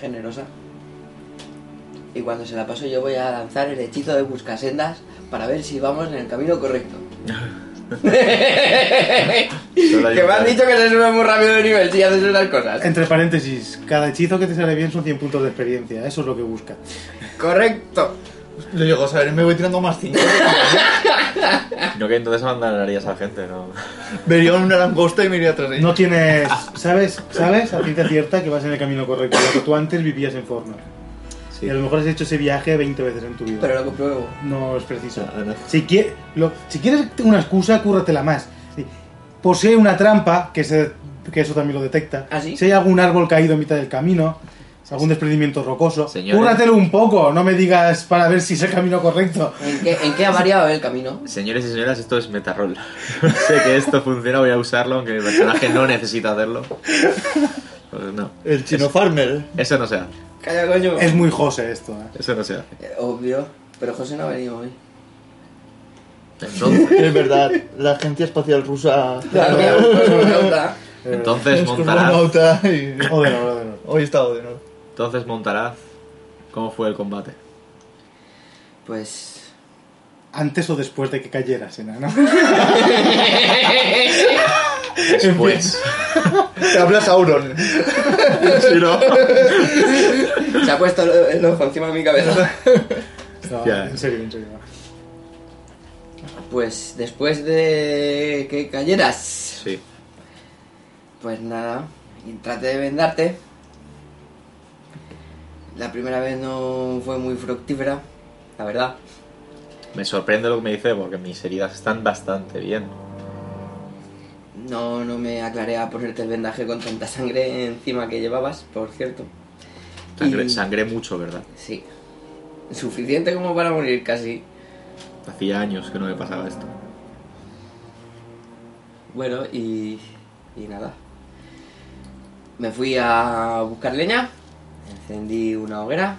S3: Generosa. Y cuando se la paso yo voy a lanzar el hechizo de buscasendas para ver si vamos en el camino correcto. [laughs] que me han dicho que se sube muy rápido de nivel si haces unas cosas.
S1: Entre paréntesis, cada hechizo que te sale bien son 100 puntos de experiencia. Eso es lo que busca.
S3: Correcto.
S2: Lo llego a saber, me voy tirando más [laughs] cinco.
S4: No, que entonces abandonarías a la gente, ¿no?
S2: Vería una langosta y me iría tras ella.
S1: No tienes... ¿Sabes? ¿Sabes? A ciencia cierta que vas en el camino correcto. Lo que tú antes vivías en forma.
S4: Sí.
S1: Y a lo mejor has hecho ese viaje 20 veces en tu vida.
S3: Pero lo compruebo.
S1: No es preciso.
S4: No, no.
S1: Si, quie- lo- si quieres una excusa, cúrratela más. Sí. Por si hay una trampa, que, se- que eso también lo detecta.
S3: ¿Ah, sí?
S1: Si hay algún árbol caído en mitad del camino, algún desprendimiento rocoso,
S4: Señores.
S1: cúrratelo un poco. No me digas para ver si es el camino correcto.
S3: ¿En qué, en qué ha variado el camino?
S4: Señores y señoras, esto es Metarroll. [laughs] sé que esto funciona, voy a usarlo, aunque mi personaje no necesita hacerlo. Pues no.
S2: El chino farmer.
S4: Eso no se hace.
S3: Calla, coño.
S1: Es muy José esto. ¿eh?
S4: Eso no se hace.
S3: Eh, Obvio. Pero José no ha venido hoy. Eh,
S4: Entonces,
S2: Es verdad, la agencia espacial rusa...
S3: Claro,
S4: entonces
S2: Es como
S4: montarás.
S2: nauta y-
S1: Ódelo, ódelo.
S2: Hoy está Odenor.
S4: Entonces montarás. ¿Cómo fue el combate?
S3: Pues.
S1: Antes o después de que cayeras, enano.
S4: Después.
S2: Te hablas Auron.
S4: [laughs] Sí, ¿no?
S3: Se ha puesto el el ojo encima de mi cabeza.
S1: No,
S4: Ya.
S1: en serio, en serio.
S3: Pues después de que cayeras,
S4: Sí.
S3: pues nada, y traté de vendarte. La primera vez no fue muy fructífera, la verdad.
S4: Me sorprende lo que me dice porque mis heridas están bastante bien.
S3: No, no me aclaré a ponerte el vendaje con tanta sangre encima que llevabas, por cierto.
S4: Sangré,
S3: Y-
S4: sangré mucho, ¿verdad?
S3: Sí. Suficiente como para morir casi.
S4: Hacía años que no me pasaba esto.
S3: Bueno, y, y nada. Me fui a buscar leña, Encendí una hoguera,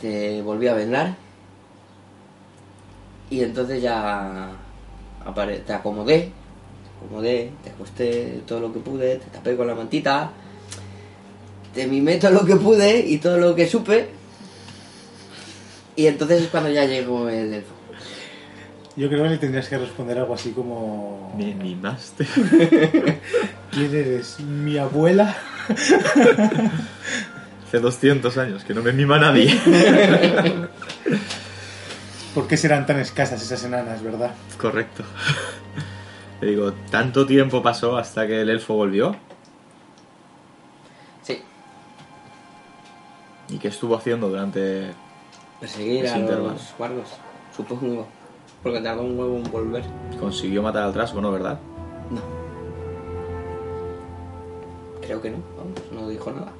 S3: te volví a vendar y entonces ya apare- te acomodé, te acomodé, te acosté todo lo que pude, te tapé con la mantita, te mimé todo lo que pude y todo lo que supe y entonces es cuando ya llegó el elfo.
S1: Yo creo que le tendrías que responder algo así como...
S4: Me mimaste. [laughs]
S1: ¿Quién eres? ¿Mi abuela?
S4: Hace 200 años que no me mima nadie. [laughs]
S1: ¿Por qué serán tan escasas esas enanas, verdad?
S4: Correcto. Le digo, tanto tiempo pasó hasta que el elfo volvió.
S3: Sí,
S4: ¿Y qué estuvo haciendo durante...?
S3: perseguir
S4: Es
S3: a
S4: intervalo.
S3: los guardos, supongo, porque tardó un huevo en volver.
S4: Consiguió matar al trasgo, ¿no? ¿Verdad?
S3: No. Creo que no, vamos, no dijo nada.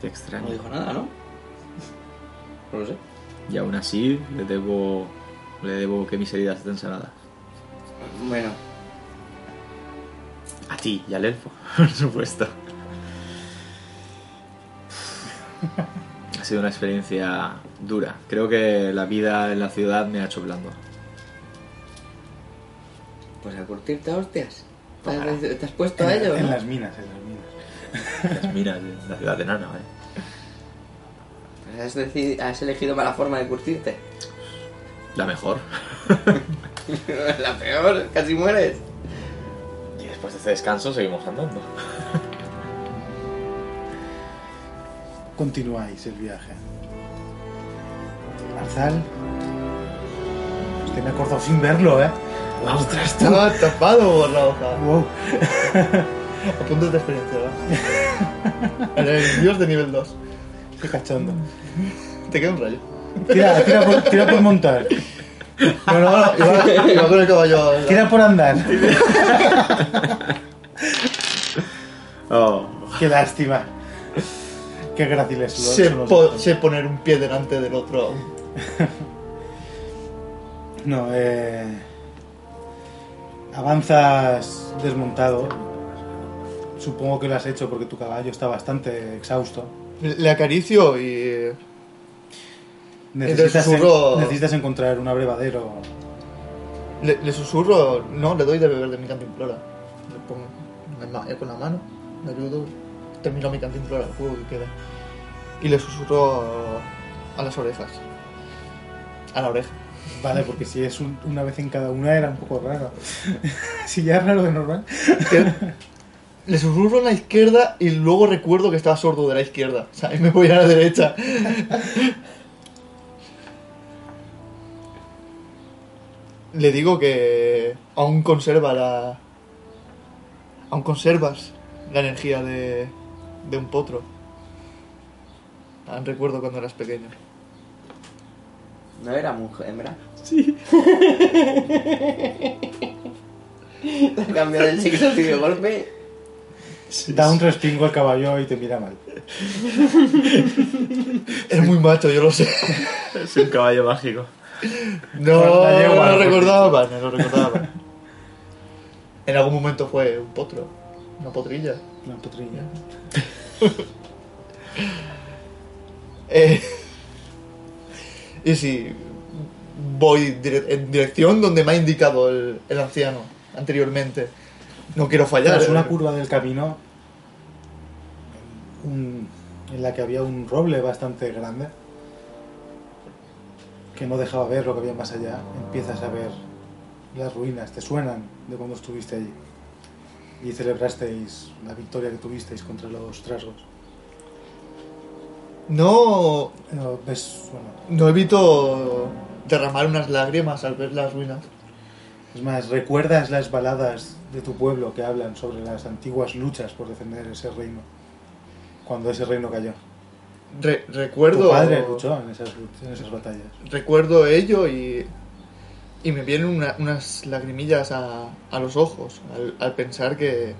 S4: Qué
S3: No
S4: extraño.
S3: dijo nada, ¿no? No lo sé.
S4: Y aún así, le debo... Le debo que mis heridas estén sanadas.
S3: Bueno,
S4: A ti y al elfo, [laughs] por supuesto. Ha sido una experiencia dura. Creo que la vida en la ciudad me ha hecho blando.
S3: pues a curtirte a hostias. ¿Te
S4: Ojalá.
S3: has, te has puesto a
S1: En-
S3: ello?
S1: en
S3: no?
S1: las minas, en las minas.
S4: Las minas de la ciudad de Nana, ¿eh?
S3: Pues has, deci- has elegido mala forma de curtirte. [laughs]
S4: La mejor.
S3: La peor, casi mueres.
S4: Y después de este descanso seguimos andando.
S1: Continuáis el viaje. Arzal. Usted me ha cortado sin verlo, ¿eh?
S4: ¡Ostras,
S2: Estaba tapado por la hoja.
S1: Wow.
S2: A punto de experiencia, va. [laughs] Era el dios de nivel 2.
S1: Qué cachondo.
S2: Te queda un [laughs] rayo.
S1: Tira, tira, por, tira por montar.
S2: No, no, no. Iba, iba con el caballo. a la-
S1: Tira por andar.
S4: Oh,
S1: Qué lástima. Qué gráciles son
S2: Sé,
S1: los-
S2: po- sé poner un pie delante del otro aún.
S1: No, eh... Avanzas desmontado. Supongo que lo has hecho porque tu caballo está bastante exhausto.
S2: Le acaricio y.
S1: Necesitas,
S2: susurro-
S1: necesitas encontrar un abrevadero.
S2: Le, le susurro, no, le doy de beber de mi cantimplora. Le pongo la ma- eh, con la mano, le ayudo, termino mi cantimplora, el juego que queda. Y le susurro a las orejas. A la oreja.
S1: Vale, porque si es un- una vez en cada una era un poco raro. [laughs] si ya es raro de normal.
S2: Que- le susurro a la izquierda y luego recuerdo que estaba sordo de la izquierda. O sea, y me voy a la derecha. le digo que aún conserva la. Aún conservas la energía de, de un potro. Aún recuerdo cuando eras pequeño.
S3: No era mujer, hembra. [laughs] Sí. Cambió del sexo así de golpe.
S1: Da un respingo al caballo y te mira mal.
S2: Es muy macho, yo lo sé.
S4: es un caballo mágico.
S2: No,
S1: La yegua,
S2: no
S1: por
S2: lo recordaba, mal, no lo recordaba. mal. [laughs] en algún momento fue un potro, una potrilla. [laughs]
S1: Una potrilla.
S2: Eh, y si voy dire- en dirección donde me ha indicado el, el anciano anteriormente, no quiero fallar.
S1: Tras
S2: eh.
S1: una curva del camino un- en la que había un roble bastante grande que no dejaba ver lo que había más allá, empiezas a ver las ruinas, te suenan de cuando estuviste allí y celebrasteis la victoria que tuvisteis contra los trasgos.
S2: No,
S1: No, ves, bueno,
S2: no evito derramar unas lágrimas al ver las ruinas.
S1: es más, recuerdas las baladas de tu pueblo que hablan sobre las antiguas luchas por defender ese reino, cuando ese reino cayó.
S2: Re- recuerdo.
S1: Tu padre luchó en esas, luch- en esas batallas.
S2: recuerdo ello y, y me vienen una- unas lagrimillas a, a los ojos al, al pensar que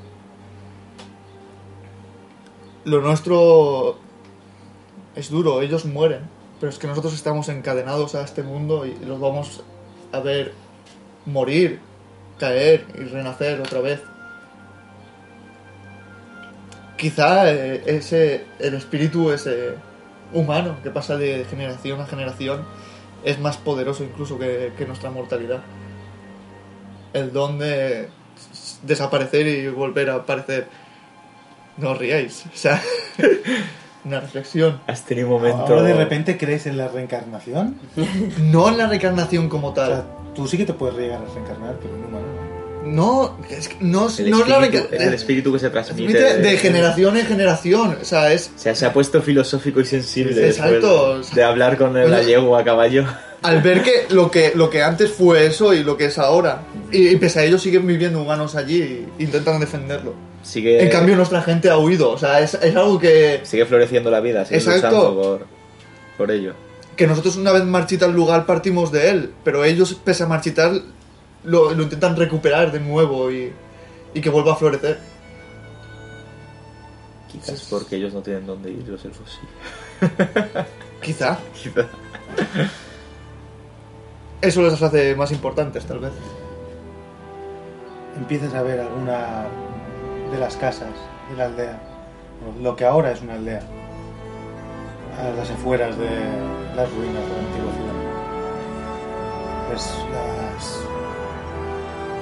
S2: lo nuestro es duro, ellos mueren, pero es que nosotros estamos encadenados a este mundo y los vamos a ver morir, caer y renacer otra vez. quizá eh, ese, el espíritu ese humano que pasa de generación a generación es más poderoso incluso que, que nuestra mortalidad. El don de s- desaparecer y volver a aparecer. No os riáis. O sea, [laughs] una reflexión.
S4: Has tenido un momento.
S1: Ahora de repente crees en la reencarnación.
S2: No en la reencarnación como
S1: O
S2: tal.
S1: sea, tú sí que te puedes llegar a reencarnar, pero en humano no.
S2: No, es que no, es-
S4: El,
S2: no es la
S4: espíritu,
S2: reenca-
S4: es el espíritu que se transmite.
S2: transmite de generación en generación. O sea, es
S4: O sea, se ha puesto filosófico y sensible.
S2: Exacto.
S4: después De hablar con el- la
S2: Bueno.
S4: yegua a caballo.
S2: al ver que lo que, lo que antes fue eso y lo que es ahora. Y, y pese a ello siguen viviendo humanos allí e intentan defenderlo.
S4: Sigue,
S2: En cambio nuestra gente ha huido. O sea, es, es algo que,
S4: sigue floreciendo la vida, sigue
S2: Exacto.
S4: luchando por, por ello.
S2: que nosotros una vez marchita el lugar partimos de él. Pero ellos, pese a marchitar, lo, lo intentan recuperar de nuevo y, y que vuelva a florecer.
S4: Quizás porque ellos no tienen dónde ir, los elfos sí.
S2: Quizá.
S4: Quizás.
S2: Eso les hace más importantes, tal vez.
S1: Empiezas a ver alguna de las casas de la aldea, o lo que ahora es una aldea, a las afueras de las ruinas de la antigua ciudad. Ves las,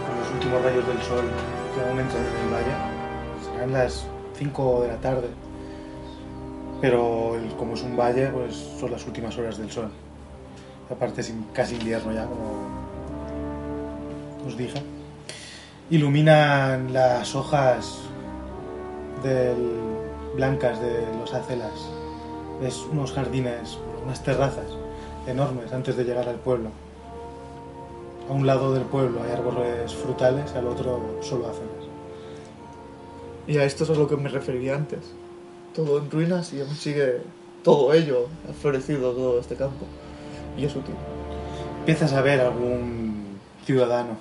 S1: con los últimos rayos del sol que aún entran en el valle. Serán las 5 de la tarde. Pero el- como es un valle, pues son las últimas horas del sol. Aparte es in- casi invierno ya, como os dije iluminan las hojas del- blancas de los acelas. Es unos jardines, unas terrazas enormes antes de llegar al pueblo. A un lado del pueblo hay árboles frutales, al otro solo acelas.
S2: Y a esto es a lo que me refería antes. Todo en ruinas y aún sigue todo ello. Ha florecido todo este campo. Y es útil.
S1: Empiezas a ver algún ciudadano,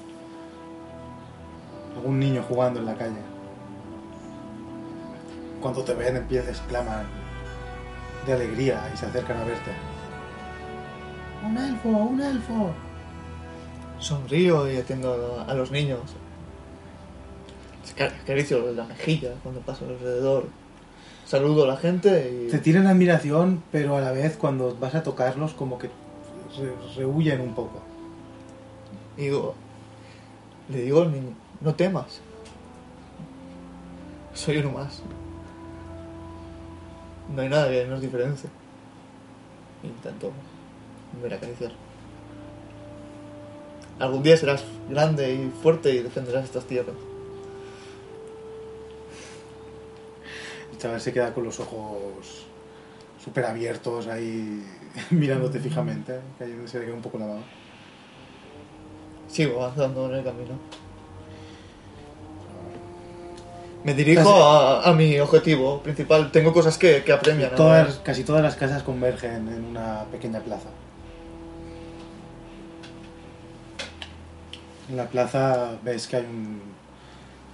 S1: algún niño jugando en la calle. Cuando te ven, empiezas, exclaman de alegría y se acercan a verte. ¡Un elfo! ¡Un elfo!
S2: Sonrío y atiendo a los niños. Acar- Acaricio la mejilla cuando paso alrededor. Saludo a la gente y...
S1: Te tienen admiración, pero a la vez cuando vas a tocarlos, como que re- rehuyen un poco.
S2: Y digo, le digo al niño, no temas. Soy uno más. No hay nada que nos diferencie. Intento volver a acariciar. Algún día serás grande y fuerte y defenderás estas tierras.
S1: El chaval se queda con los ojos súper abiertos ahí [laughs] mirándote fijamente, cayéndose se le queda un poco lavado.
S2: Sigo avanzando en el camino. Me
S1: Casi-
S2: dirijo a, a mi objetivo principal. Tengo cosas que, que apremian. ahora.
S1: Todas, casi todas las casas convergen en una pequeña plaza. En la plaza ves que hay un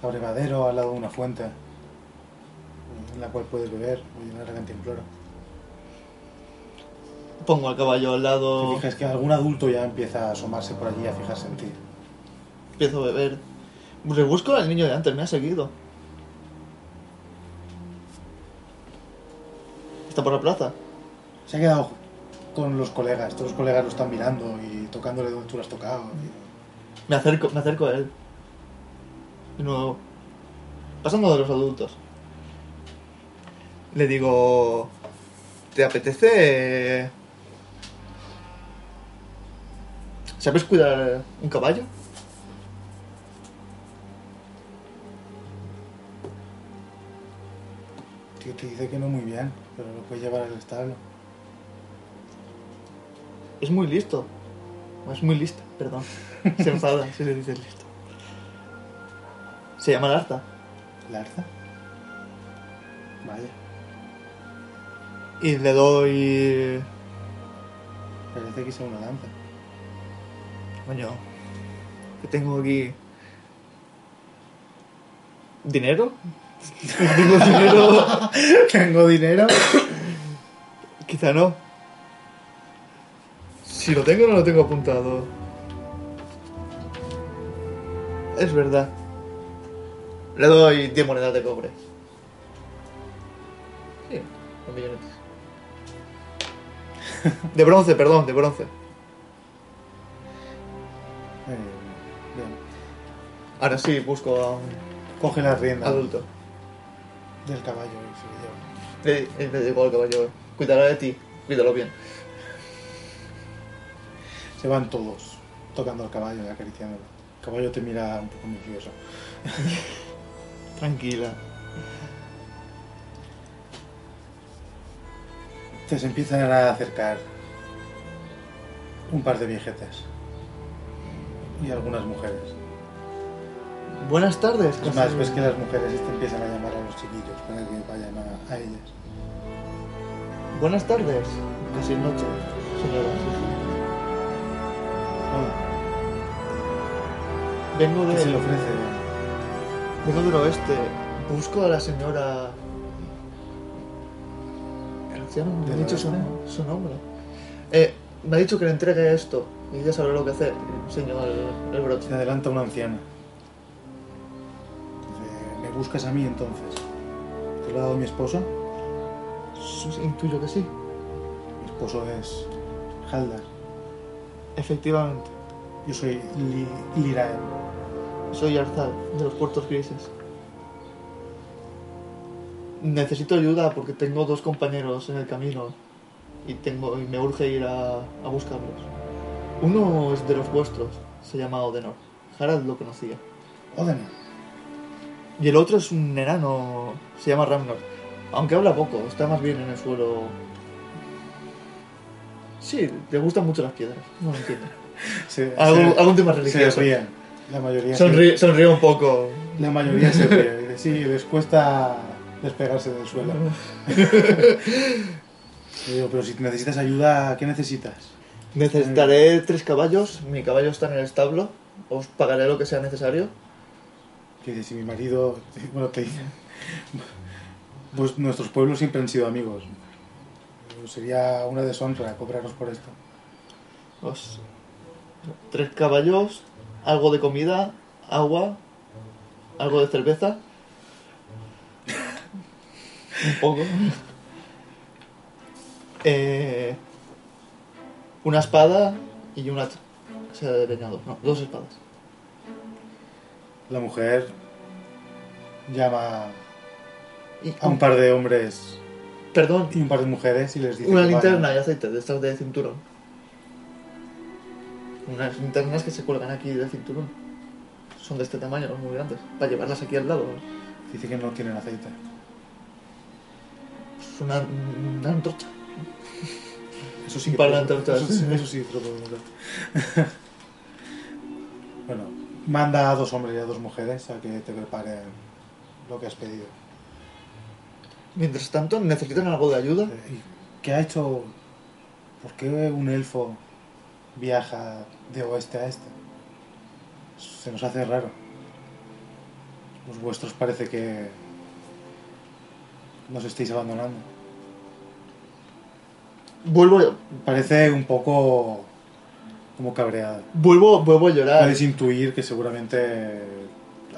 S1: abrevadero al lado de una fuente en la cual puedes beber o llenar la cantimplora.
S2: Pongo al caballo al
S1: Te
S2: lado,
S1: fijas que algún adulto ya empieza a asomarse por allí a fijarse en ti.
S2: empiezo a beber. Rebusco al niño de antes, me ha seguido. Está por la plaza.
S1: Se ha quedado con los colegas, todos los colegas lo están mirando y tocándole donde tú lo has tocado. y-
S2: Me acerco, me acerco a él. De nuevo. Pasando de los adultos. Le digo. ¿Te apetece.? ¿Sabes cuidar un caballo?
S1: Tío, te dice que no muy bien, pero lo puedes llevar al establo.
S2: Es muy listo. Es muy lista, perdón. Se enfada si le dices listo. Se llama Larta.
S1: ¿Larza? Vaya.
S2: Y le doy.
S1: Parece que hice una danza.
S2: Coño. Que tengo aquí. ¿Dinero? [laughs] tengo dinero.
S1: [laughs] Tengo dinero.
S2: Quizá no. Si lo tengo, no lo tengo apuntado. Es verdad. Le doy 10 monedas de cobre. Sí, con millonetes.
S1: [laughs]
S2: De bronce, perdón, de bronce.
S1: Eh, bien.
S2: Ahora sí busco a un
S1: Coge las riendas
S2: adulto.
S1: del caballo y se lo lleva.
S2: Eh, eh, Me da igual, caballo. Cuidará de ti, cuídalo bien.
S1: Se van todos tocando el caballo y acariciándolo. El caballo te mira un poco nervioso. [laughs]
S2: Tranquila.
S1: Te se empiezan a acercar un par de viejetes y algunas mujeres.
S2: Buenas tardes.
S1: Es más, ves que las mujeres este empiezan a llamar a los chiquillos para que vayan a, a ellas.
S2: Buenas tardes. Casi noche, señora. Sí,
S1: Hola,
S2: sí. Vengo
S1: ¿qué se
S2: del,
S1: le ofrece?
S2: vengo del oeste. Busco a la señora... Ya no me ha
S1: Del
S2: dicho su,
S1: oeste.
S2: nom- su nombre. Eh, me ha dicho que le entregue esto. Y ella sabrá lo que hacer. Enseño el, el broche.
S1: Se adelanta una anciana. Dice, ¿Me buscas a mí entonces? ¿Te lo ha dado mi esposo?
S2: Sus- Intuyo que sí.
S1: Mi esposo es Haldar.
S2: Efectivamente.
S1: Yo soy Li Lirael.
S2: Soy Arzal, de los puertos grises. Necesito ayuda porque tengo dos compañeros en el camino y, tengo, y me urge ir a, a buscarlos. Uno es de los vuestros, se llama Odenor. Harald lo conocía.
S1: Oden.
S2: Y el otro es un enano, se llama Ramnor. Aunque habla poco, está más bien en el suelo. Sí, le gustan mucho las piedras, no lo entiendo.
S1: Se,
S2: Algo-
S1: se-
S2: algún tema
S1: se
S2: religioso.
S1: ríen. La mayoría se-
S2: Sonríe, sonríe un poco.
S1: La mayoría se ríe. Dice, Sí, les cuesta despegarse del
S2: [laughs]
S1: suelo. Le digo, pero si necesitas ayuda, ¿qué necesitas?
S2: Necesitaré tres caballos, mi caballo está en el establo, os pagaré lo que sea necesario.
S1: Que dice, si mi marido, [laughs] bueno, te dice, pues nuestros pueblos siempre han sido amigos. Sería una deshonra cobrarnos por esto.
S2: Os... Tres caballos, algo de comida, agua, algo de cerveza. Un poco. Eh, una espada y una hacha, que sea de leñador, no, dos espadas.
S1: La mujer llama
S2: Y,
S1: a un par de hombres
S2: Perdón,
S1: y un par de mujeres y les dice...
S2: Una
S1: que vayan-
S2: linterna y aceite, de estas de cinturón. Unas linternas que se cuelgan aquí de cinturón. Son de este tamaño, muy grandes. Para llevarlas aquí al lado.
S1: Dice que no tienen aceite.
S2: Es una, una antorcha.
S1: Eso sí que
S2: Un par de
S1: puedo-
S2: antorchas.
S1: Eso, sí- eso sí te lo podemos dar. [laughs] bueno, manda a dos hombres y a dos mujeres a que te preparen lo que has pedido.
S2: Mientras tanto, necesitan algo de ayuda.
S1: Eh, ¿y ¿Qué ha hecho? ¿Por qué un elfo viaja de oeste a este? Se nos hace raro. Los vuestros parece que nos estáis abandonando.
S2: Vuelvo a,
S1: Parece un poco como cabreado.
S2: vuelvo, vuelvo a llorar.
S1: Puedes intuir que seguramente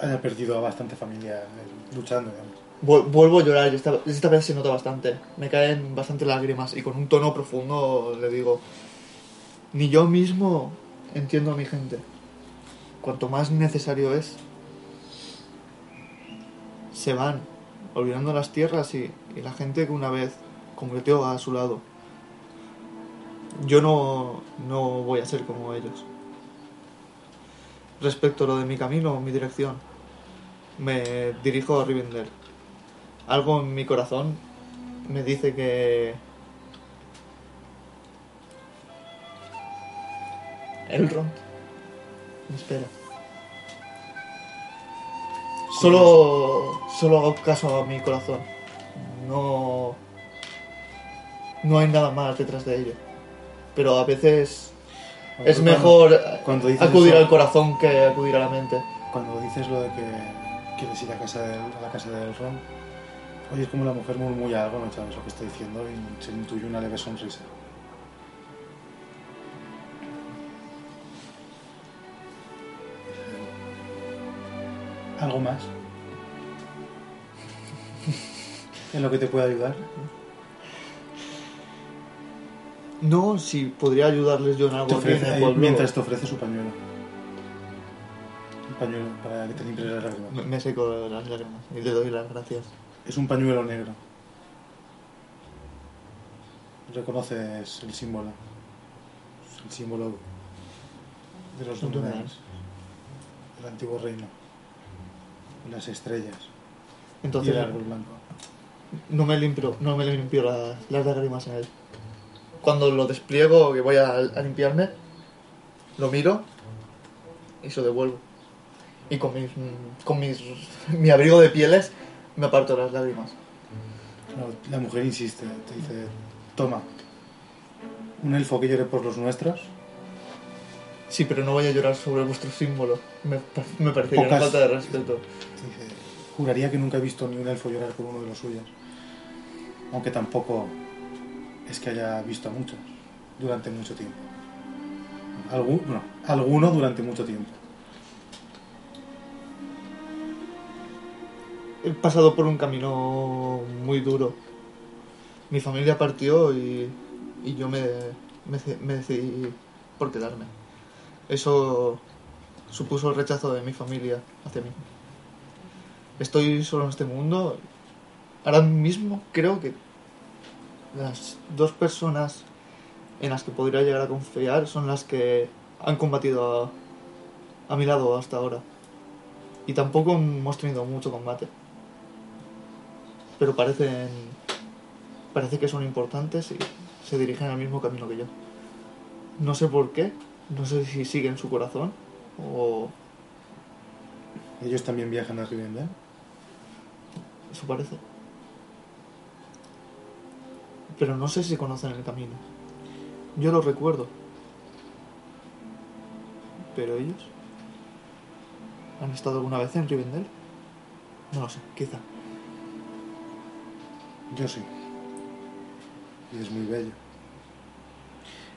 S1: haya perdido a bastante familia eh, luchando, digamos.
S2: Vu- Vuelvo a llorar. y Esta, esta vez se nota bastante. Me caen bastante lágrimas. Y con un tono profundo le digo: Ni yo mismo entiendo a mi gente. Cuanto más necesario es, se van, olvidando las tierras y, y la gente que una vez congreteó a su lado. Yo no, no voy a ser como ellos. Respecto a lo de mi camino, mi dirección, me dirijo a Rivendell. Algo en mi corazón me dice que... Elrond. Me espera. Solo, solo hago caso a mi corazón. No... No hay nada más detrás de ello. Pero a veces es
S1: Cuando-
S2: mejor
S1: cuando dices
S2: acudir
S1: eso-
S2: al corazón que acudir a la mente.
S1: Cuando dices lo de que quieres ir a, casa de, a la casa del Ron, oye, es como la mujer murmulla algo, no sabes lo que está diciendo y se intuye una leve sonrisa. ¿Algo más? en lo que te pueda ayudar.
S2: No, si podría ayudarles yo en
S1: Te
S2: algo.
S1: ofrece-
S2: en
S1: ahí,
S2: algo, algo.
S1: mientras te ofrece su pañuelo. Un pañuelo para que te limpies las lágrimas.
S2: Me, me seco las lágrimas y le doy las gracias.
S1: Es un pañuelo negro. Reconoces el símbolo. Es El símbolo de los
S2: Son
S1: Dunedans. El antiguo reino. Las estrellas. Y
S2: Entonces,
S1: el árbol blanco.
S2: no me limpio, no me limpio las, las lágrimas en él. Cuando lo despliego, que voy a, a limpiarme, lo miro y se lo devuelvo. Y con, mis, con mis, [laughs] mi abrigo de pieles me aparto las lágrimas.
S1: No, la mujer insiste, te dice, toma. Un elfo que llore por los nuestros.
S2: Sí, pero no voy a llorar sobre vuestro símbolo. Me, pa- me parecería una
S1: Pocas-
S2: falta de respeto.
S1: Te dice, juraría que nunca he visto ni un elfo llorar por uno de los suyos. Aunque tampoco es que haya visto a muchos durante mucho tiempo. Alguno, alguno durante mucho tiempo.
S2: He pasado por un camino muy duro. Mi familia partió y, y yo me, me, ce- me decidí por quedarme. Eso supuso el rechazo de mi familia hacia mí. Estoy solo en este mundo. Ahora mismo creo que las dos personas en las que podría llegar a confiar son las que han combatido a, a mi lado hasta ahora. Y tampoco hemos tenido mucho combate pero parecen parece que son importantes y se dirigen al mismo camino que yo. No sé por qué, no sé si siguen su corazón o
S1: Ellos también viajan a Rivendell.
S2: eso parece. Pero no sé si conocen el camino. Yo lo recuerdo. Pero ellos han estado alguna vez en Rivendell? No lo sé, quizá.
S1: Yo sí. Y es muy bello.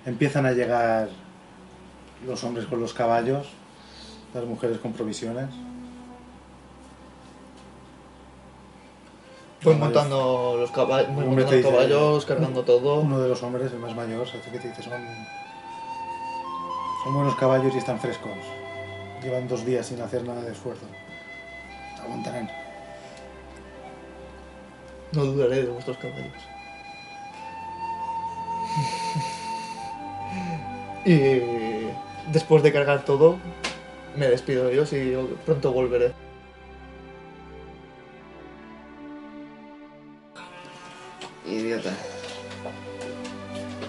S1: Empiezan a llegar los hombres con los caballos, las mujeres con provisiones. Caballos.
S2: Voy Pues montando los caballos, voy
S1: Hombre,
S2: montando
S1: te dice-
S2: caballos, cargando todo.
S1: Uno de los hombres, el más mayor, se acerca y te dice, son, son buenos caballos y están frescos. Llevan dos días sin hacer nada de esfuerzo. Aguantarán.
S2: No dudaré de vuestros caballos. [laughs] y después de cargar todo, me despido de ellos y pronto volveré.
S3: Idiota.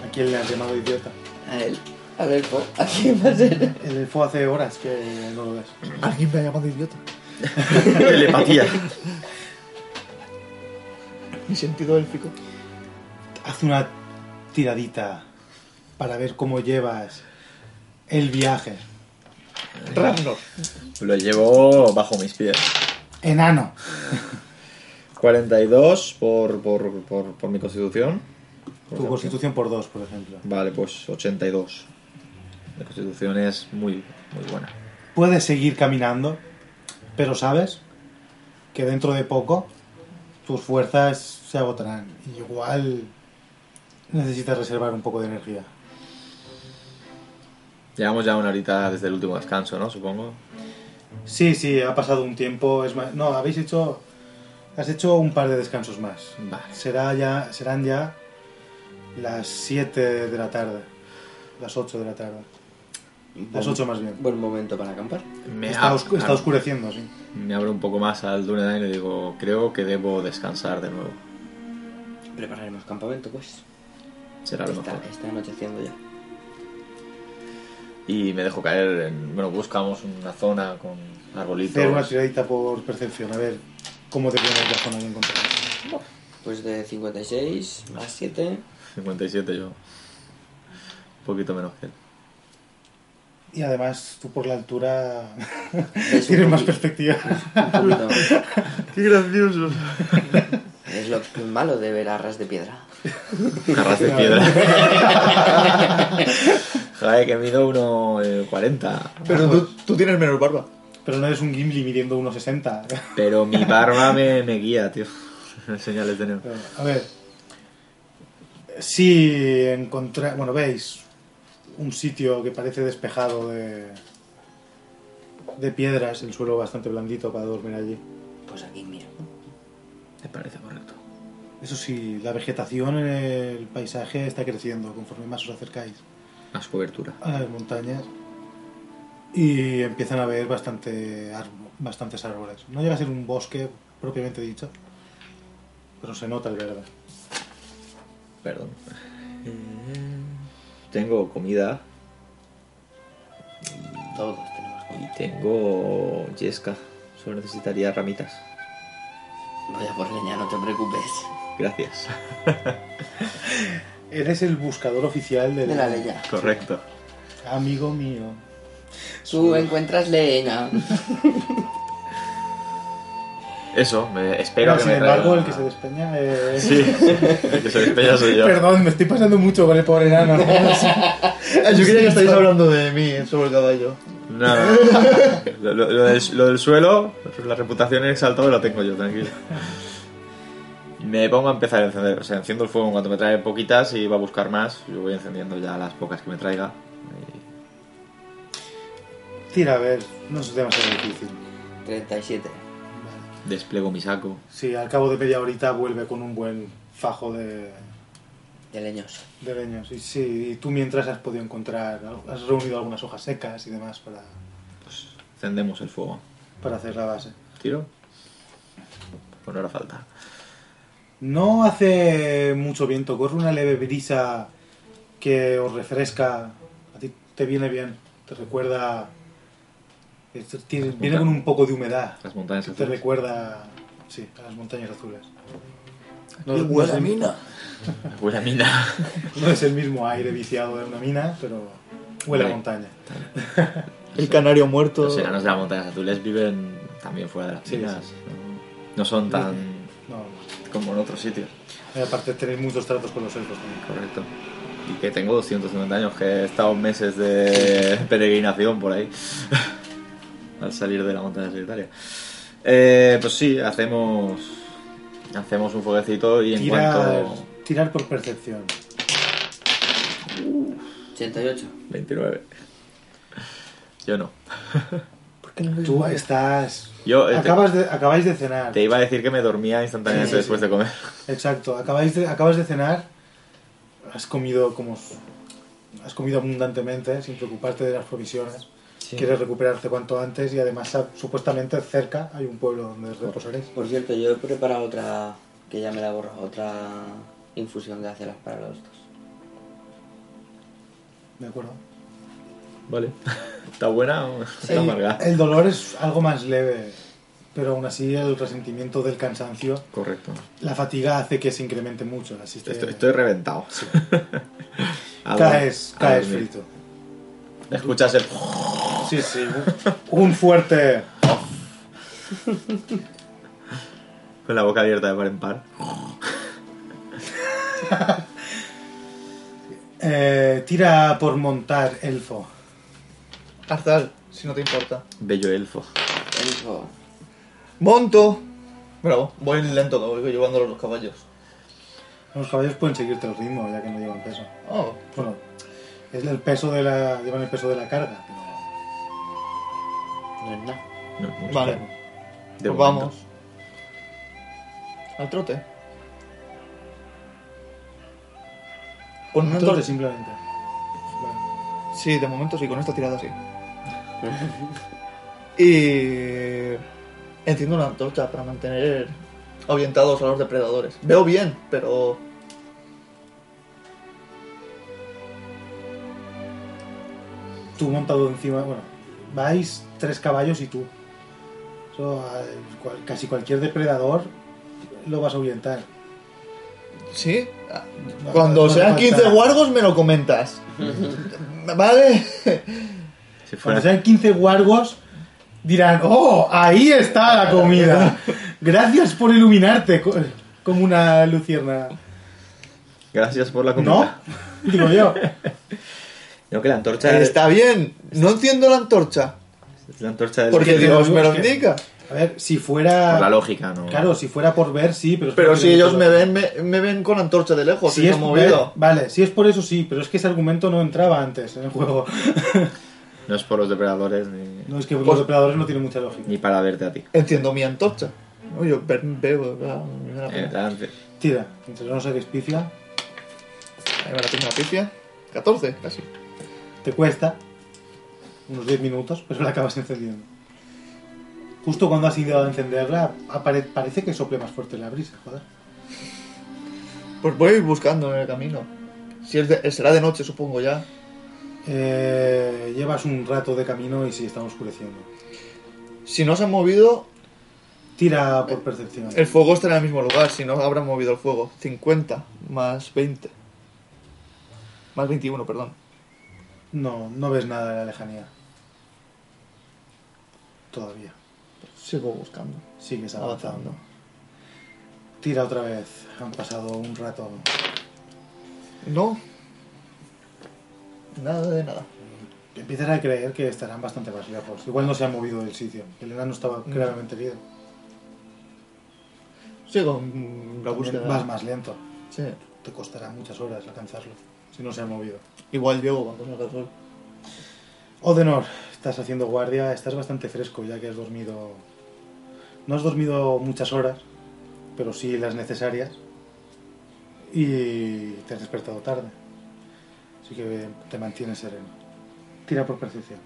S1: ¿A quién le has llamado idiota?
S3: A él. A ver, po- ¿a quién va a ser?
S1: El elfo hace horas que no lo ves.
S2: Alguien me ha llamado idiota.
S4: [laughs] Telepatía.
S2: [laughs] Mi sentido élfico.
S1: Haz una tiradita para ver cómo llevas el viaje.
S2: Ragnar.
S4: Lo llevo bajo mis pies.
S1: Enano.
S4: 42 por, por, por, por mi constitución. Por
S1: Tu
S4: ejemplo.
S1: constitución por dos, por ejemplo.
S4: Vale, pues 82. Mi constitución es muy, muy buena.
S1: Puedes seguir caminando, pero sabes que dentro de poco tus fuerzas se agotarán. Igual necesitas reservar un poco de energía.
S4: Llevamos ya una horita desde el último descanso, ¿no? Supongo.
S1: Sí, sí, ha pasado un tiempo. Es más, no, habéis hecho, has hecho un par de descansos más.
S4: Vale.
S1: Será ya, serán ya las 7 de la tarde, las 8 de la tarde, las 8 más bien.
S3: Buen momento para acampar.
S4: Me, ah.
S1: Está,
S4: ab-
S1: oscu- está oscureciendo, sí.
S4: me abro un poco más al Dunedain y le digo, creo que debo descansar de nuevo.
S3: Prepararemos campamento, pues.
S4: Será lo
S3: está,
S4: mejor.
S3: está anocheciendo ya.
S4: Y me dejo caer en... Bueno, buscamos una zona con
S1: Hacer una
S4: arbolitos.
S1: tiradita por percepción, a ver cómo te viene la zona de encontrar.
S3: Pues de 56 más 7.
S4: 57 yo. Un poquito menos que él.
S1: Y además, tú por la altura
S3: Es
S1: tienes
S3: un
S1: más
S3: poquito-
S1: perspectiva.
S3: [laughs] un poquito-
S4: ¡Qué gracioso!
S3: Es lo malo de ver arras de piedra.
S4: Arras de piedra. [laughs] Joder, que mido eh, 1,40.
S2: Pero tú, tú tienes menos barba.
S1: Pero no eres un Gimli midiendo 1,60.
S4: Pero mi barba me, me guía, tío. [laughs] Señales de neón.
S1: A ver. Si encontráis. Bueno, veis un sitio que parece despejado de. de piedras, el suelo bastante blandito para dormir allí.
S3: Pues aquí, mira.
S4: Me parece correcto.
S1: Eso sí, la vegetación en el paisaje está creciendo conforme más os acercáis
S4: Más cobertura.
S1: a las montañas y empiezan a haber bastante arbo- bastantes árboles. No llega a ser un bosque propiamente dicho, pero se nota el verde.
S4: Perdón. Eh, Tengo comida
S3: Todos tenemos comida.
S4: y tengo yesca. Solo necesitaría ramitas.
S3: Voy a por leña, no te preocupes.
S4: Gracias.
S1: Eres el buscador oficial del-
S3: De la leña.
S4: Correcto.
S1: Amigo mío.
S3: Tú encuentras leña.
S4: Eso, me
S1: Pero,
S4: espero que
S1: sin
S4: me
S1: embargo,
S4: traigan-
S1: Ah, el que se despeña es...
S4: Sí, [laughs] el que se despeña soy yo.
S1: Perdón, me estoy pasando mucho con el pobre enano.
S2: Ah, Yo quería que estáis hablando de mí eh, sobre el caballo.
S4: No, no. Lo, lo- lo del, lo del suelo, la reputación en exaltado la tengo yo, tranquilo. Me pongo a empezar a encender, o sea, enciendo el fuego en cuanto me trae poquitas y va a buscar más. Yo voy encendiendo ya las pocas que me traiga.
S1: Tira, a ver, no es demasiado difícil.
S3: 37.
S4: Y despliego mi saco.
S1: Sí, al cabo de media horita vuelve con un buen fajo de,
S3: De leños.
S1: de leños. Y sí, y tú mientras has podido encontrar, has reunido algunas hojas secas y demás para,
S4: Encendemos el fuego.
S1: para hacer la base.
S4: ¿Tiro? Pues no hará falta.
S1: No hace mucho viento, corre una leve brisa que os refresca. A ti te viene bien, te recuerda. es- tiene- viene con un poco de humedad.
S4: Las montañas
S1: Te
S4: azules.
S1: recuerda, sí, a las montañas azules. No,
S3: Y
S1: no es
S3: huele a
S1: el-
S3: mina.
S4: Huele a mina.
S1: no es el mismo aire viciado de una mina, pero huele a
S4: Vale.
S1: montaña.
S2: El canario
S4: [laughs]
S2: muerto.
S4: Los enanos de las montañas azules viven también fuera de las
S1: Sí,
S4: minas.
S1: sí.
S4: ¿no? No son tan
S1: No,
S4: como en otros sitios.
S1: y aparte tenéis muchos tratos con los elfos también.
S4: Correcto. Y que tengo 250 años, que he estado meses de [laughs] peregrinación por ahí. [laughs] Al salir de la montaña solitaria. Eh, pues sí, hacemos. Hacemos un fueguecito y en
S1: Tirar,
S4: cuanto.
S1: tirar por percepción.
S3: 88.
S4: 29. Yo no.
S2: ¿Por qué no le-
S1: Tú estás.
S4: Yo eh, te-
S1: Acabas de, acabáis de cenar.
S4: te iba a decir que me dormía instantáneamente
S1: Sí, sí,
S4: después
S1: sí.
S4: de comer.
S1: Exacto, acabáis de, acabas de cenar, has comido como s- has comido abundantemente, sin preocuparte de las provisiones. Quieres recuperarte cuanto antes y además sab- supuestamente cerca hay un pueblo donde reposaréis.
S3: Por cierto, yo he preparado otra. Que ya me la he borrado. Otra infusión de aceras para los dos.
S1: ¿De acuerdo?
S4: Vale. ¿Está buena o está
S1: El,
S4: amarga?
S1: el dolor es algo más leve, pero aún así el resentimiento del cansancio,
S4: Correcto.
S1: la fatiga hace que se incremente mucho. Así que
S4: Estoy, estoy reventado. [laughs] A
S1: caes,
S4: dormir, a
S1: caes
S4: dormir.
S1: frito.
S4: Escuchas el. [laughs]
S1: Sí, sí, un- un fuerte...
S4: Con la boca abierta de par en par.
S1: eh, tira por montar elfo.
S2: Arzal, si no te importa.
S4: Bello elfo.
S3: Elfo.
S2: Monto. Bravo. Voy lento, que voy llevándolo los caballos.
S1: Los caballos pueden seguirte el ritmo ya que no llevan peso.
S2: Oh,
S1: Bueno, es el peso de la, llevan el peso de la carga. pero-
S3: No es nada.
S4: No es mucho.
S2: vale.
S4: De
S2: pues
S4: momento.
S2: vamos. Al trote. Con un
S1: Entonces
S2: trote.
S1: simplemente. Bueno,
S2: Sí, de momento sí, con esta
S1: [laughs]
S2: tirada sí. Y enciendo una antorcha para mantener orientados a los depredadores. Veo bien, pero
S1: tú montado encima, bueno, vais tres caballos y tú. Eso, a- cual- casi cualquier depredador lo vas a ahuyentar.
S2: sí.
S1: No,
S2: Ah, Cuando
S1: no hace
S2: sean
S1: falta-
S2: 15 guargos me
S1: [laughs]
S2: lo comentas. ¿Vale?
S4: Si fuera
S1: Cuando sean 15 guargos, dirán, ¡oh! Ahí está la
S4: [laughs]
S1: comida. Gracias por iluminarte co- como una lucierna.
S4: Gracias por la
S1: ¿No?
S4: comida.
S1: Digo yo.
S4: No, que la antorcha.
S2: Está bien, no enciendo la antorcha.
S4: La antorcha del.
S2: Porque
S1: que te
S2: Dios me lo
S1: busque.
S2: indica.
S1: A ver, si fuera.
S4: Por la lógica, ¿no?
S1: Claro, si fuera por ver, sí, pero. es
S2: Pero
S1: porque
S2: si
S1: no
S2: ellos me
S1: puedo ver.
S2: ven, pues me, me ven con antorcha de lejos,
S1: Si
S2: si
S1: es
S2: es
S1: movido.
S2: movido.
S1: Vale, si es por eso sí, pero es que ese argumento no entraba antes en el juego.
S4: No es por los depredadores ni,
S1: No es que los
S2: Pues-
S1: depredadores no tienen mucha lógica.
S4: ni para verte a ti.
S2: Enciendo mi antorcha. No, yo ver- veo, claro, me da la
S4: Eh,
S2: pena.
S4: antes.
S1: Tira, mientras no saques pifia,
S2: Ahí va la primera pifia. 14, casi.
S1: te cuesta unos 10 minutos, pero la acabas encendiendo. Justo cuando has ido a encenderla, apare- parece que sople más fuerte la brisa, joder.
S2: Pues voy buscando en el camino. Si es de- será de noche, supongo ya.
S1: Eh, llevas un rato de camino y sí, están oscureciendo.
S2: Si no se han movido,
S1: Tira por percepción.
S2: el fuego está en el mismo lugar. Si no, habrán movido el fuego. 50 más 20. Más 21, perdón.
S1: No, no ves nada de la lejanía. Todavía.
S2: Sigo buscando.
S1: Sigues avanzando.
S2: Avanzando.
S1: Tira otra vez. Han pasado un rato.
S2: No. Nada de nada.
S1: Empiezas a creer que estarán bastante más lejos. Igual no se han movido del sitio. El enano estaba
S2: Mm.
S1: claramente herido.
S2: Sigo mm, la
S1: También
S2: búsqueda.
S1: Vas más lento.
S2: Sí.
S1: Te costará muchas horas alcanzarlo. Si no se ha movido.
S2: Igual llego cuando salga el sol.
S1: Odenor, estás haciendo guardia. Estás bastante fresco ya que has dormido. No has dormido muchas horas, pero sí las necesarias. Y te has despertado tarde. Así que te mantienes sereno. Tira por percepción.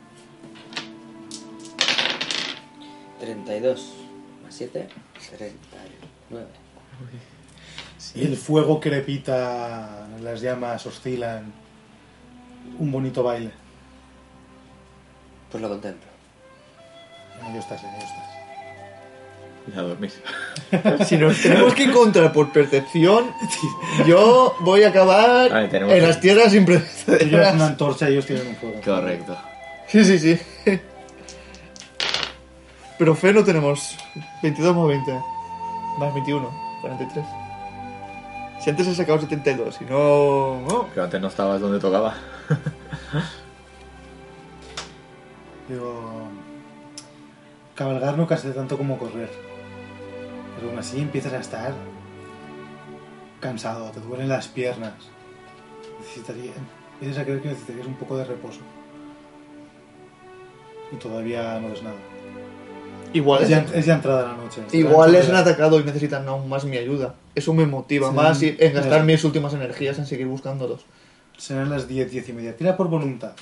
S3: 32 más 7, 39.
S1: Y el fuego crepita, las llamas oscilan. Un bonito baile.
S3: Pues lo contemplo.
S1: En ello estás, en ello estás.
S4: Y a dormir.
S2: [laughs] Si nos tenemos que encontrar por percepción, yo voy a acabar
S4: Vale, tenemos
S2: en
S4: que-
S2: las tierras
S1: Ellos tienen una
S2: impredecibles.
S1: antorcha, ellos tienen un fuego.
S4: Correcto.
S2: [laughs] Sí, sí, sí. Pero fe no tenemos. 22 más 20. Más 21. 43. Si antes he sacado 72, si no... no.
S4: Pero antes no estabas donde tocaba.
S1: Digo, cabalgar no cansa tanto como correr. Pero aún así empiezas a estar cansado, te duelen las piernas. Necesitaría, empiezas a creer que necesitarías un poco de reposo. Y todavía no ves nada.
S2: Igual
S1: Es
S2: es,
S1: ya, es ya entrada la noche.
S2: igual es un atacado y necesitan aún más mi ayuda. Eso me motiva
S1: Sí.
S2: más y en gastar
S1: Sí.
S2: mis últimas energías en seguir buscándolos.
S1: Serán las 10, 10 y media. Tira por voluntad.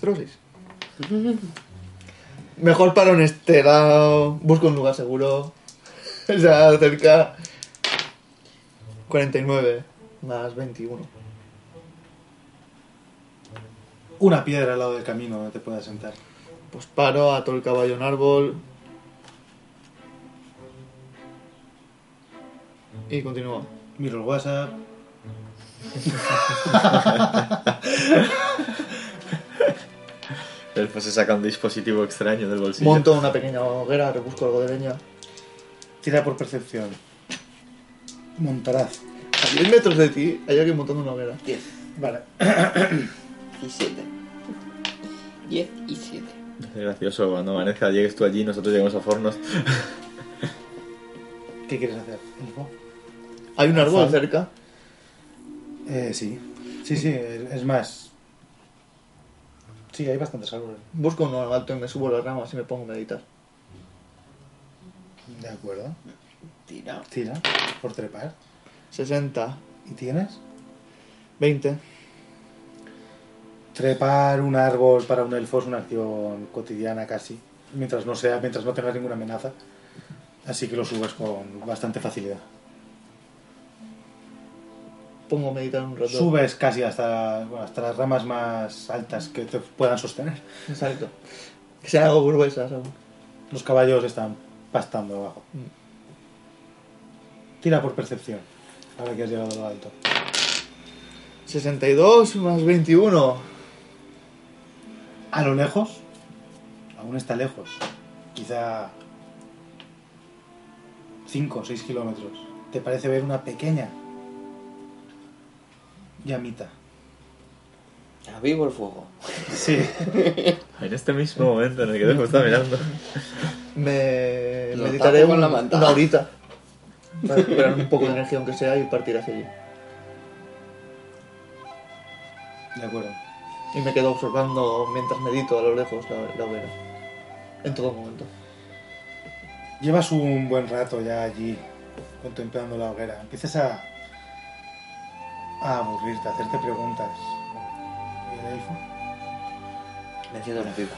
S2: 06. Mejor para honestidad. Busco un lugar seguro. [laughs] O sea, cerca. 49 más 21.
S1: Una piedra al lado del camino donde te puedas sentar.
S2: Pues paro, ato el caballo en árbol. Y continúo.
S1: Miro el WhatsApp.
S4: Después se saca un dispositivo extraño del bolsillo.
S2: Monto una pequeña hoguera, rebusco algo de leña.
S1: Tira por percepción. Montaraz.
S2: A 10 metros de ti hay alguien montando una hoguera.
S3: 10
S1: Vale.
S3: [coughs] y 7. 10 y 7.
S4: Es gracioso, cuando amanezca llegues tú allí, nosotros lleguemos a Fornos.
S1: ¿Qué quieres hacer? ¿Elfo?
S2: Hay un árbol
S1: Alfal.
S2: cerca.
S1: Eh, sí. Sí, sí, es es más. Sí, hay bastantes árboles.
S2: Busco uno alto y me subo a las ramas y me pongo a meditar.
S1: De acuerdo.
S3: Tirado.
S1: Tira, por trepar.
S2: 60,
S1: ¿Y tienes?
S2: 20.
S1: Trepar un árbol para un elfo es una acción cotidiana casi. Mientras no sea, mientras no tengas ninguna amenaza. Así que lo subes con bastante facilidad.
S2: Pongo a meditar un rato.
S1: Subes casi hasta, bueno, hasta las ramas más altas que te puedan sostener.
S2: Exacto. Que sean algo gruesas aún.
S1: Los caballos están pastando abajo. Tira por percepción. Ahora que has llegado a lo alto.
S2: 62 más 21.
S1: A lo lejos, aún está lejos, quizá 5 o 6 kilómetros, te parece ver una pequeña llamita.
S3: Está vivo el fuego.
S1: Sí.
S4: En este mismo momento en el que te está mirando.
S2: Me
S3: Lo
S2: meditaré
S3: tapo con
S2: un-
S3: la manta.
S2: una horita para recuperar un poco de energía aunque sea y partir hacia allí.
S1: De acuerdo.
S2: Y me quedo observando mientras medito a lo lejos la, la hoguera. En todo momento.
S1: Llevas un buen rato ya allí contemplando la hoguera. Empiezas a, a aburrirte, a hacerte preguntas. ¿Y el iPhone?
S3: Me enciendo una pipa.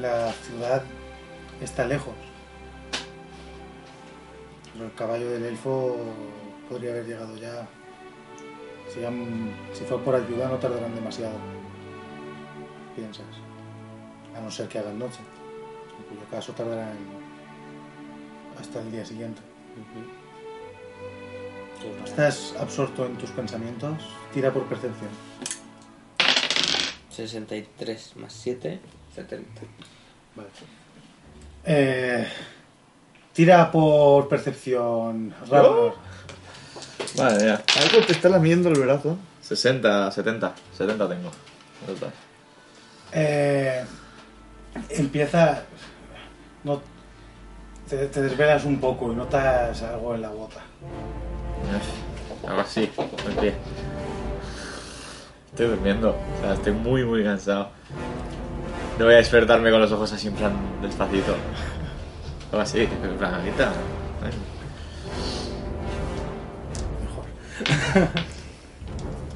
S1: La ciudad está lejos. Pero el caballo del elfo podría haber llegado ya. Si, han- si fue por ayuda no tardarán demasiado. Piensas. A no ser que hagan noche. En cuyo caso tardarán hasta el día siguiente. Estás absorto en tus pensamientos. Tira por percepción.
S3: 63 más 7, 70.
S1: Eh, tira por percepción. Ravnor.
S4: Vale, ya.
S2: Algo te está lamiendo el brazo.
S4: 60, 70. 70 tengo. Ya está.
S1: Eh, empieza. No, te, te desvelas un poco y notas algo en la bota.
S4: Hago así, con el pie. Estoy durmiendo, o sea, estoy muy, muy cansado. No voy a despertarme con los ojos así en plan despacito. Hago así, en plan, ahorita. Ay.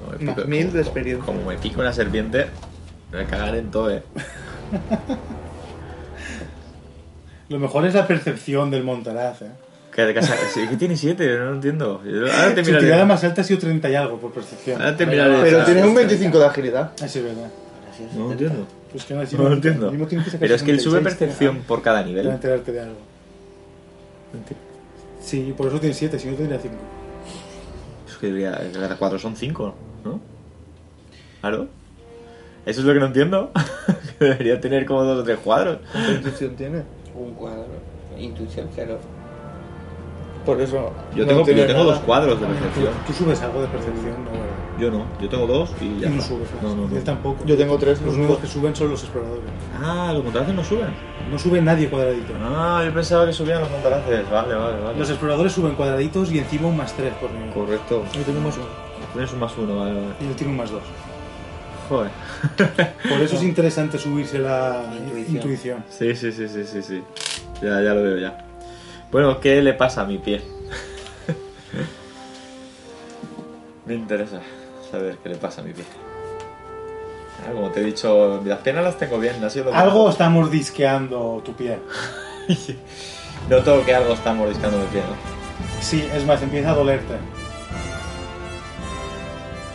S4: Como me
S2: Más
S4: pico-
S2: mil de
S4: como-
S2: experiencia.
S4: Como me pico una serpiente, me voy a cagar en todo, eh.
S1: Lo mejor es la percepción del Montaraz. ¿eh?
S4: Que de casa. sí, que tiene siete, no lo entiendo. Yo- Ahora te
S1: Su tirada
S4: miraré.
S1: más alta ha sido 30 y algo por percepción.
S4: Ahora te miraré.
S2: Pero
S4: Ah,
S2: tienes un
S4: sí,
S2: 25 de agilidad.
S1: Así es verdad.
S3: Gracias.
S4: No lo entiendo.
S1: Pues que no,
S4: No lo entiendo.
S1: Mínimo tienes que sacar
S4: Pero es que él sube
S1: 76,
S4: percepción por cada
S1: ajá, ah, Para
S4: nivel.
S1: enterarte de algo. Sí, por eso tiene 7, si no tendría 5.
S4: Es que debería. Cada cuatro son cinco, ¿no? Claro. Eso es lo que no entiendo. [laughs] Que debería tener como dos o tres cuadros.
S2: ¿Qué intuición tiene?
S3: Un cuadro. Intuición cero.
S2: Por eso.
S4: Yo
S2: no
S4: tengo,
S2: tiene
S4: yo tengo
S2: nada.
S4: dos cuadros de percepción.
S1: Tú subes algo de percepción, no, ¿verdad?
S4: Yo no. Yo tengo dos y ya.
S1: Y no
S4: está.
S1: subes.
S4: No, no,
S1: Él
S4: no.
S1: tampoco.
S2: Yo tengo tres.
S1: Los únicos que suben son los exploradores.
S4: Ah, los montaraces no suben.
S1: No sube nadie cuadradito.
S4: Ah, yo pensaba que subían los montaraces. Vale, vale, vale.
S1: Los exploradores suben cuadraditos y encima un más 3 por nivel.
S4: Correcto.
S2: Yo tengo más uno.
S4: Tienes un más uno, vale, vale.
S1: Y él tiene un más 2.
S4: Joder.
S1: Por eso es interesante subirse la
S3: Intuición.
S1: intuición.
S4: Sí, sí, sí, sí, sí, sí. Ya, ya lo veo ya. Bueno, ¿qué le pasa a mi pie? [laughs] Me interesa saber qué le pasa a mi pie. Ah, como te he dicho, las piernas las tengo bien, no ha sido lo que-
S1: Algo está mordisqueando tu pie.
S4: Noto que algo está mordiscando mi pie, ¿no?
S1: Sí, es más, empieza a dolerte.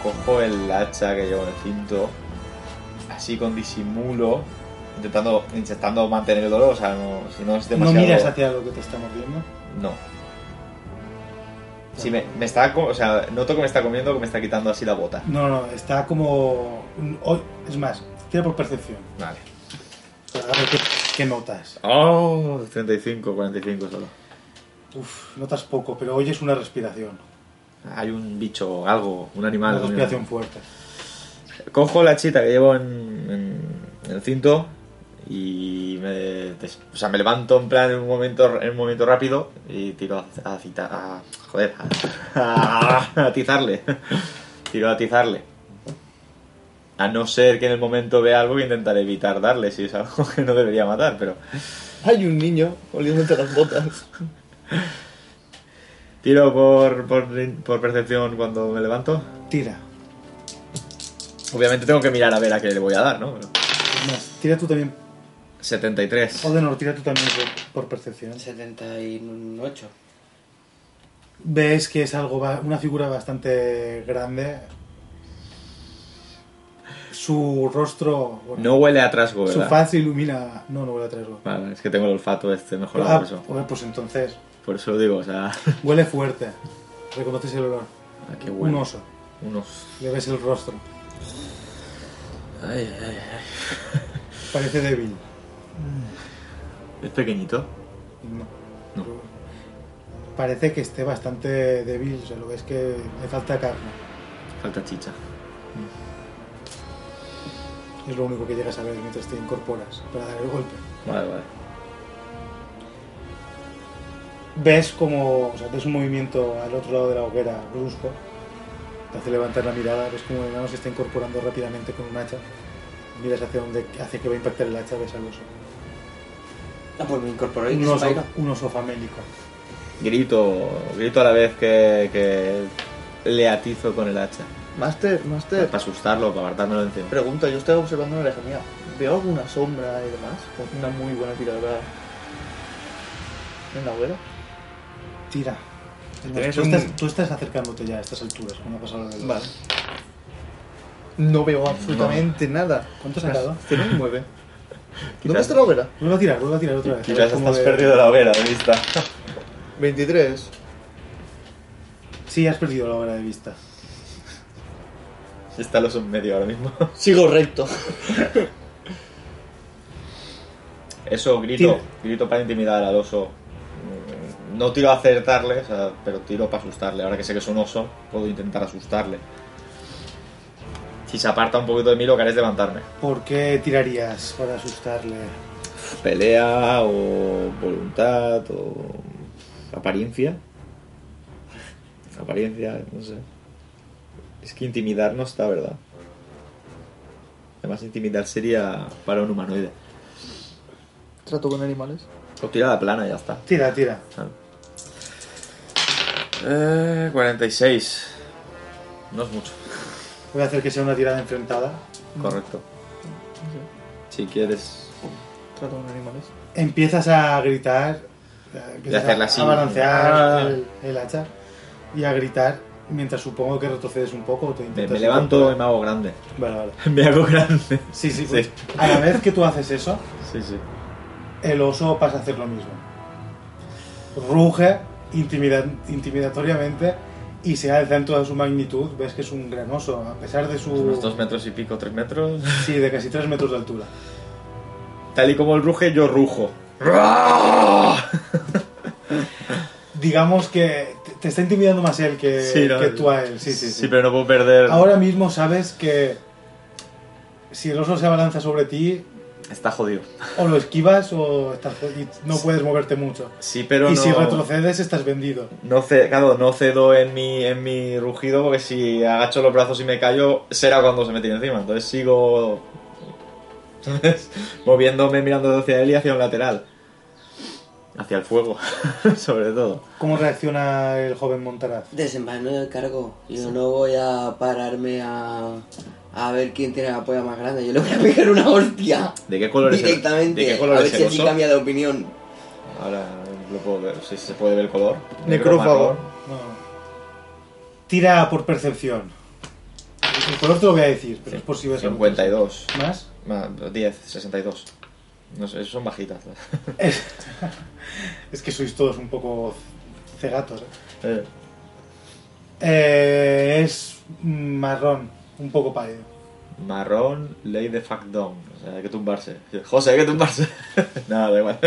S4: Cojo el hacha que llevo en el cinto, así con disimulo, intentando, intentando mantener el dolor, o sea, no, si no es demasiado...
S1: No miras hacia lo que te está mordiendo.
S4: No. Si me, me está, co- o sea, noto que me está comiendo, que me está quitando así la bota.
S1: No, no, está como... o- Es más, tira por percepción.
S4: Vale.
S1: A ver qué, qué notas.
S4: Oh, 35, 45 solo.
S1: Uf, notas poco, pero oyes una respiración.
S4: Hay un bicho, algo, un animal.
S1: Una
S4: comiendo.
S1: respiración fuerte.
S4: Cojo la chita que llevo en, en- en el cinto y me, des- o sea, me levanto en plan en un momento, en un momento rápido y tiro a, a, cita- a- joder, a, a atizarle. [laughs] Tiro a atizarle. A no ser que en el momento vea algo que intentaré evitar darle, si es algo [laughs] que no debería matar, pero...
S2: Hay un niño oliéndote las botas.
S4: Tiro por, por, por percepción cuando me levanto.
S1: Tira.
S4: Obviamente tengo que mirar a ver a qué le voy a dar, ¿no?
S1: Es más, tira tú también...
S4: 73.
S1: Joder, no, tira tú también por- por percepción.
S3: 78.
S1: Ves que es algo, ba- una figura bastante grande. Su rostro, bueno,
S4: No huele a trasgo,
S1: su
S4: ¿verdad?
S1: faz se ilumina. No, no huele a trasgo.
S4: Vale, es que tengo el olfato este mejorado
S1: Ah,
S4: por eso.
S1: joder, pues entonces,
S4: Por eso lo digo, o sea... [laughs]
S1: huele fuerte. Reconoces el olor.
S4: ¿a qué
S1: Un
S4: huele?
S1: oso.
S4: Unos.
S1: Le ves el rostro.
S4: Ay, ay, ay.
S1: Parece débil.
S4: ¿Es pequeñito?
S1: No.
S4: No.
S1: Parece que esté bastante débil. O sea, lo ves que le falta carne.
S4: Falta chicha.
S1: Es lo único que llegas a ver mientras te incorporas para dar el golpe.
S4: Vale, vale.
S1: Ves como, o sea, ves un movimiento al otro lado de la hoguera brusco. Te hace levantar la mirada, ves como el enano se está incorporando rápidamente con un hacha. Miras hacia donde hace que va a impactar el hacha, ves al oso.
S3: Ah, pues me incorporó y
S1: Un oso,
S3: Spike-
S1: un oso famélico.
S4: Grito, grito a la vez que, que le atizo con el hacha.
S2: Master, Master.
S4: Para asustarlo, para apartármelo de encima.
S2: Pregunta, yo estaba observando una oreja mía. ¿Veo alguna sombra y demás? Con una muy buena tiradora en la hoguera.
S1: Tira.
S4: Tienes
S1: Tú
S4: un-
S1: estás, tú estás acercándote ya a estas alturas, como ha pasado lo del-
S2: Vale. No veo absolutamente nada.
S1: ¿Cuánto has sacado?
S2: Tiene un [laughs] 9.
S4: Quizás-
S2: ¿Dónde está la hoguera?
S1: Vuelvo a tirar, vuelvo a tirar otra vez. a ver
S4: Quizás
S1: cómo
S4: estás
S1: de-
S4: perdido la hoguera de vista. [laughs]
S2: 23.
S1: Sí, has perdido la hora de vista.
S4: Está los en medio ahora mismo.
S2: Sigo recto.
S4: Eso, grito,
S1: Tira.
S4: grito para intimidar al oso. Mm, No tiro a acertarle, o sea, pero tiro para asustarle. Ahora que sé que es un oso, puedo intentar asustarle. Si se aparta un poquito de mí, lo que haré es levantarme.
S1: ¿Por qué tirarías para asustarle?
S4: Pelea o voluntad o apariencia. Apariencia, no sé. Es que intimidar no está, ¿verdad? Además, intimidar sería para un humanoide.
S2: Trato con animales.
S4: O tirada plana y ya está.
S1: Tira, tira.
S4: Eh, 46. No es mucho.
S1: Voy a hacer que sea una tirada enfrentada.
S4: Correcto. Si quieres.
S2: Trato con animales.
S1: Empiezas a gritar, eh, empiezas
S4: hacerla
S1: a,
S4: así.
S1: a balancear
S4: Ah.
S1: el, el hacha y a gritar mientras supongo que retrocedes un poco o te
S4: Me,
S1: intentas...
S4: me levanto y me
S1: incorporar.
S4: hago grande. [laughs]
S1: Vale, vale.
S4: Me hago grande.
S1: Sí, sí, pues,
S4: Sí.
S1: A la vez que tú haces eso,
S4: Sí, sí.
S1: el oso pasa a hacer lo mismo. Ruge intimida- intimidatoriamente y se alza en toda su magnitud. Ves que es un gran oso, a pesar de su...
S4: Unos dos metros y pico, tres metros.
S1: Sí, de casi 3 metros de altura.
S4: Tal y como el ruge, yo rujo.
S1: Ah. Digamos que te- te está intimidando más él que,
S4: no,
S1: que tú a él. Eh, Sí, sí, sí.
S4: pero no puedo perder.
S1: Ahora mismo sabes que si el oso se abalanza sobre ti,
S4: Está jodido.
S1: o lo esquivas o estás- y no puedes moverte mucho.
S4: Sí, pero
S1: y
S4: no.
S1: si retrocedes, estás vendido.
S4: No cedo, claro, no cedo en mi, en mi rugido porque si agacho los brazos y me callo, será cuando se me tire encima. Entonces sigo ¿sabes? [laughs] moviéndome, mirando hacia él y hacia un lateral. Hacia el fuego, [laughs] sobre todo.
S1: ¿Cómo reacciona el joven Montaraz?
S3: Desenvaino el cargo. Yo no voy a pararme a, a ver quién tiene la polla más grande. Yo le voy a pegar una hostia.
S4: ¿De qué color es el-
S3: Directamente.
S4: ¿De qué color
S3: a ver
S4: es
S3: si
S4: el
S3: así
S4: oso?
S3: cambia de opinión.
S4: Ahora lo puedo ver, si se puede ver el color.
S2: Necrófago.
S4: marrón.
S1: No. Tira por percepción. El color te lo voy a decir, pero es por si ves algo.
S4: 52.
S1: ¿Más?
S4: Ma- 10, 62. No sé, son bajitas. [laughs]
S1: Es, es que sois todos un poco cegatos. ¿eh?
S4: Eh,
S1: Eh, es marrón, un poco pálido.
S4: Marrón, lay the fuck down. O sea, hay que tumbarse. José, hay que tumbarse. [laughs] Nada, da igual.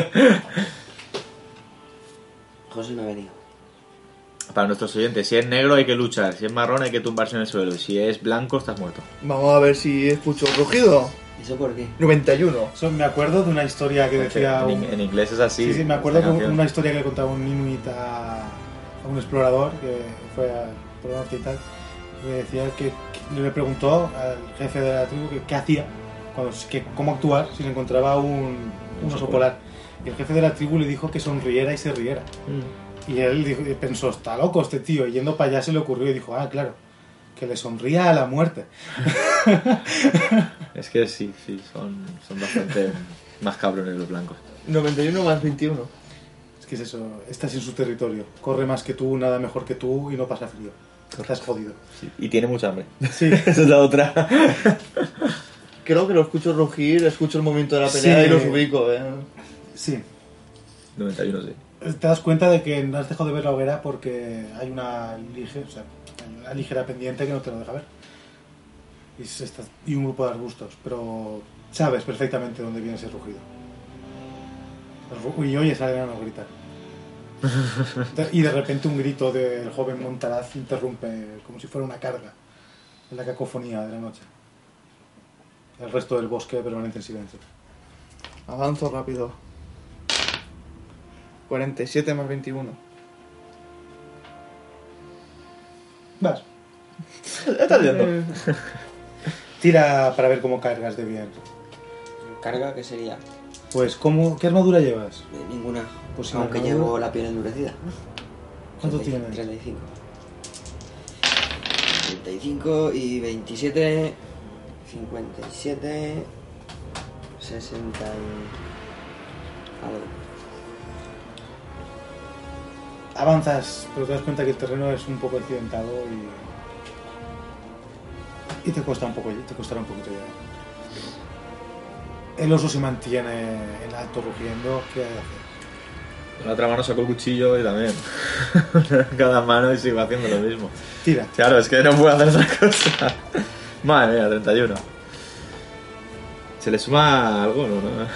S3: José no ha venido.
S4: Para nuestros oyentes, si es negro hay que luchar, si es marrón hay que tumbarse en el suelo, y si es blanco estás muerto.
S2: Vamos a ver si escucho rugido.
S3: ¿Eso por qué?
S2: 91.
S1: Eso, me acuerdo de una historia que decía
S4: en,
S1: un,
S4: in- en inglés es así.
S1: Sí, sí, me acuerdo
S4: esta
S1: que un-
S4: canción.
S1: una historia que le contaba un inuit a, a un explorador que fue a, por el norte y tal. Le decía que, que le preguntó al jefe de la tribu que qué hacía, cuando, que, cómo actuar si le encontraba un, un
S4: Oso
S1: oso
S4: polar.
S1: polar. Y el jefe de la tribu le dijo que sonriera y se riera.
S4: Mm.
S1: Y él dijo- y pensó, está loco este tío. Y yendo para allá se le ocurrió y dijo, ah, claro, que le sonría a la muerte.
S4: Es que sí, sí, son,
S1: [laughs]
S4: son bastante más cabrones los blancos.
S2: 91 más 21.
S1: Es que es eso, estás en su territorio. Corre más que tú, nada mejor que tú y no pasa frío. Estás jodido.
S4: Sí, Y tiene mucha hambre. [laughs]
S1: Sí.
S4: Esa es la otra.
S2: Creo que lo escucho rugir, escucho el momento de la pelea
S1: Sí.
S2: y los ubico, eh.
S1: Sí.
S4: 91, sí.
S1: Te das cuenta de que no has dejado de ver la hoguera porque hay una ligera, una ligera pendiente que no te lo deja ver. Y, se está- y un grupo de arbustos, pero sabes perfectamente dónde viene ese rugido. El ru- Y oyes al enano gritar. De- Y de repente un grito del joven Montaraz interrumpe, como si fuera una carga, en la cacofonía de la noche. El resto del bosque permanece en silencio.
S2: Avanzo rápido. 47 más 21.
S1: Vas.
S4: Ya estás viendo.
S2: Eh,
S1: [laughs] Tira para ver cómo cargas de bien.
S3: Carga que sería
S1: Pues, ¿cómo, ¿qué armadura llevas?
S3: de ninguna.
S1: Pues sin
S3: aunque
S1: armadura.
S3: llevo la piel endurecida.
S1: ¿Cuánto
S3: 35,
S1: tienes?
S3: 35. 35 y 27. 57. 60 y... Algo.
S1: Avanzas, pero te das cuenta que el terreno es un poco accidentado y. Y te cuesta un poco, te costará un poquito llegar. El oso se mantiene en alto rugiendo. ¿Qué hace?
S4: Con la otra mano sacó el cuchillo y también. [laughs] Cada mano y sigo haciendo lo mismo.
S1: Tira.
S4: Claro, es que no puedo hacer otra cosa. [laughs] Madre mía, 31. ¿Se le suma algo? No, no.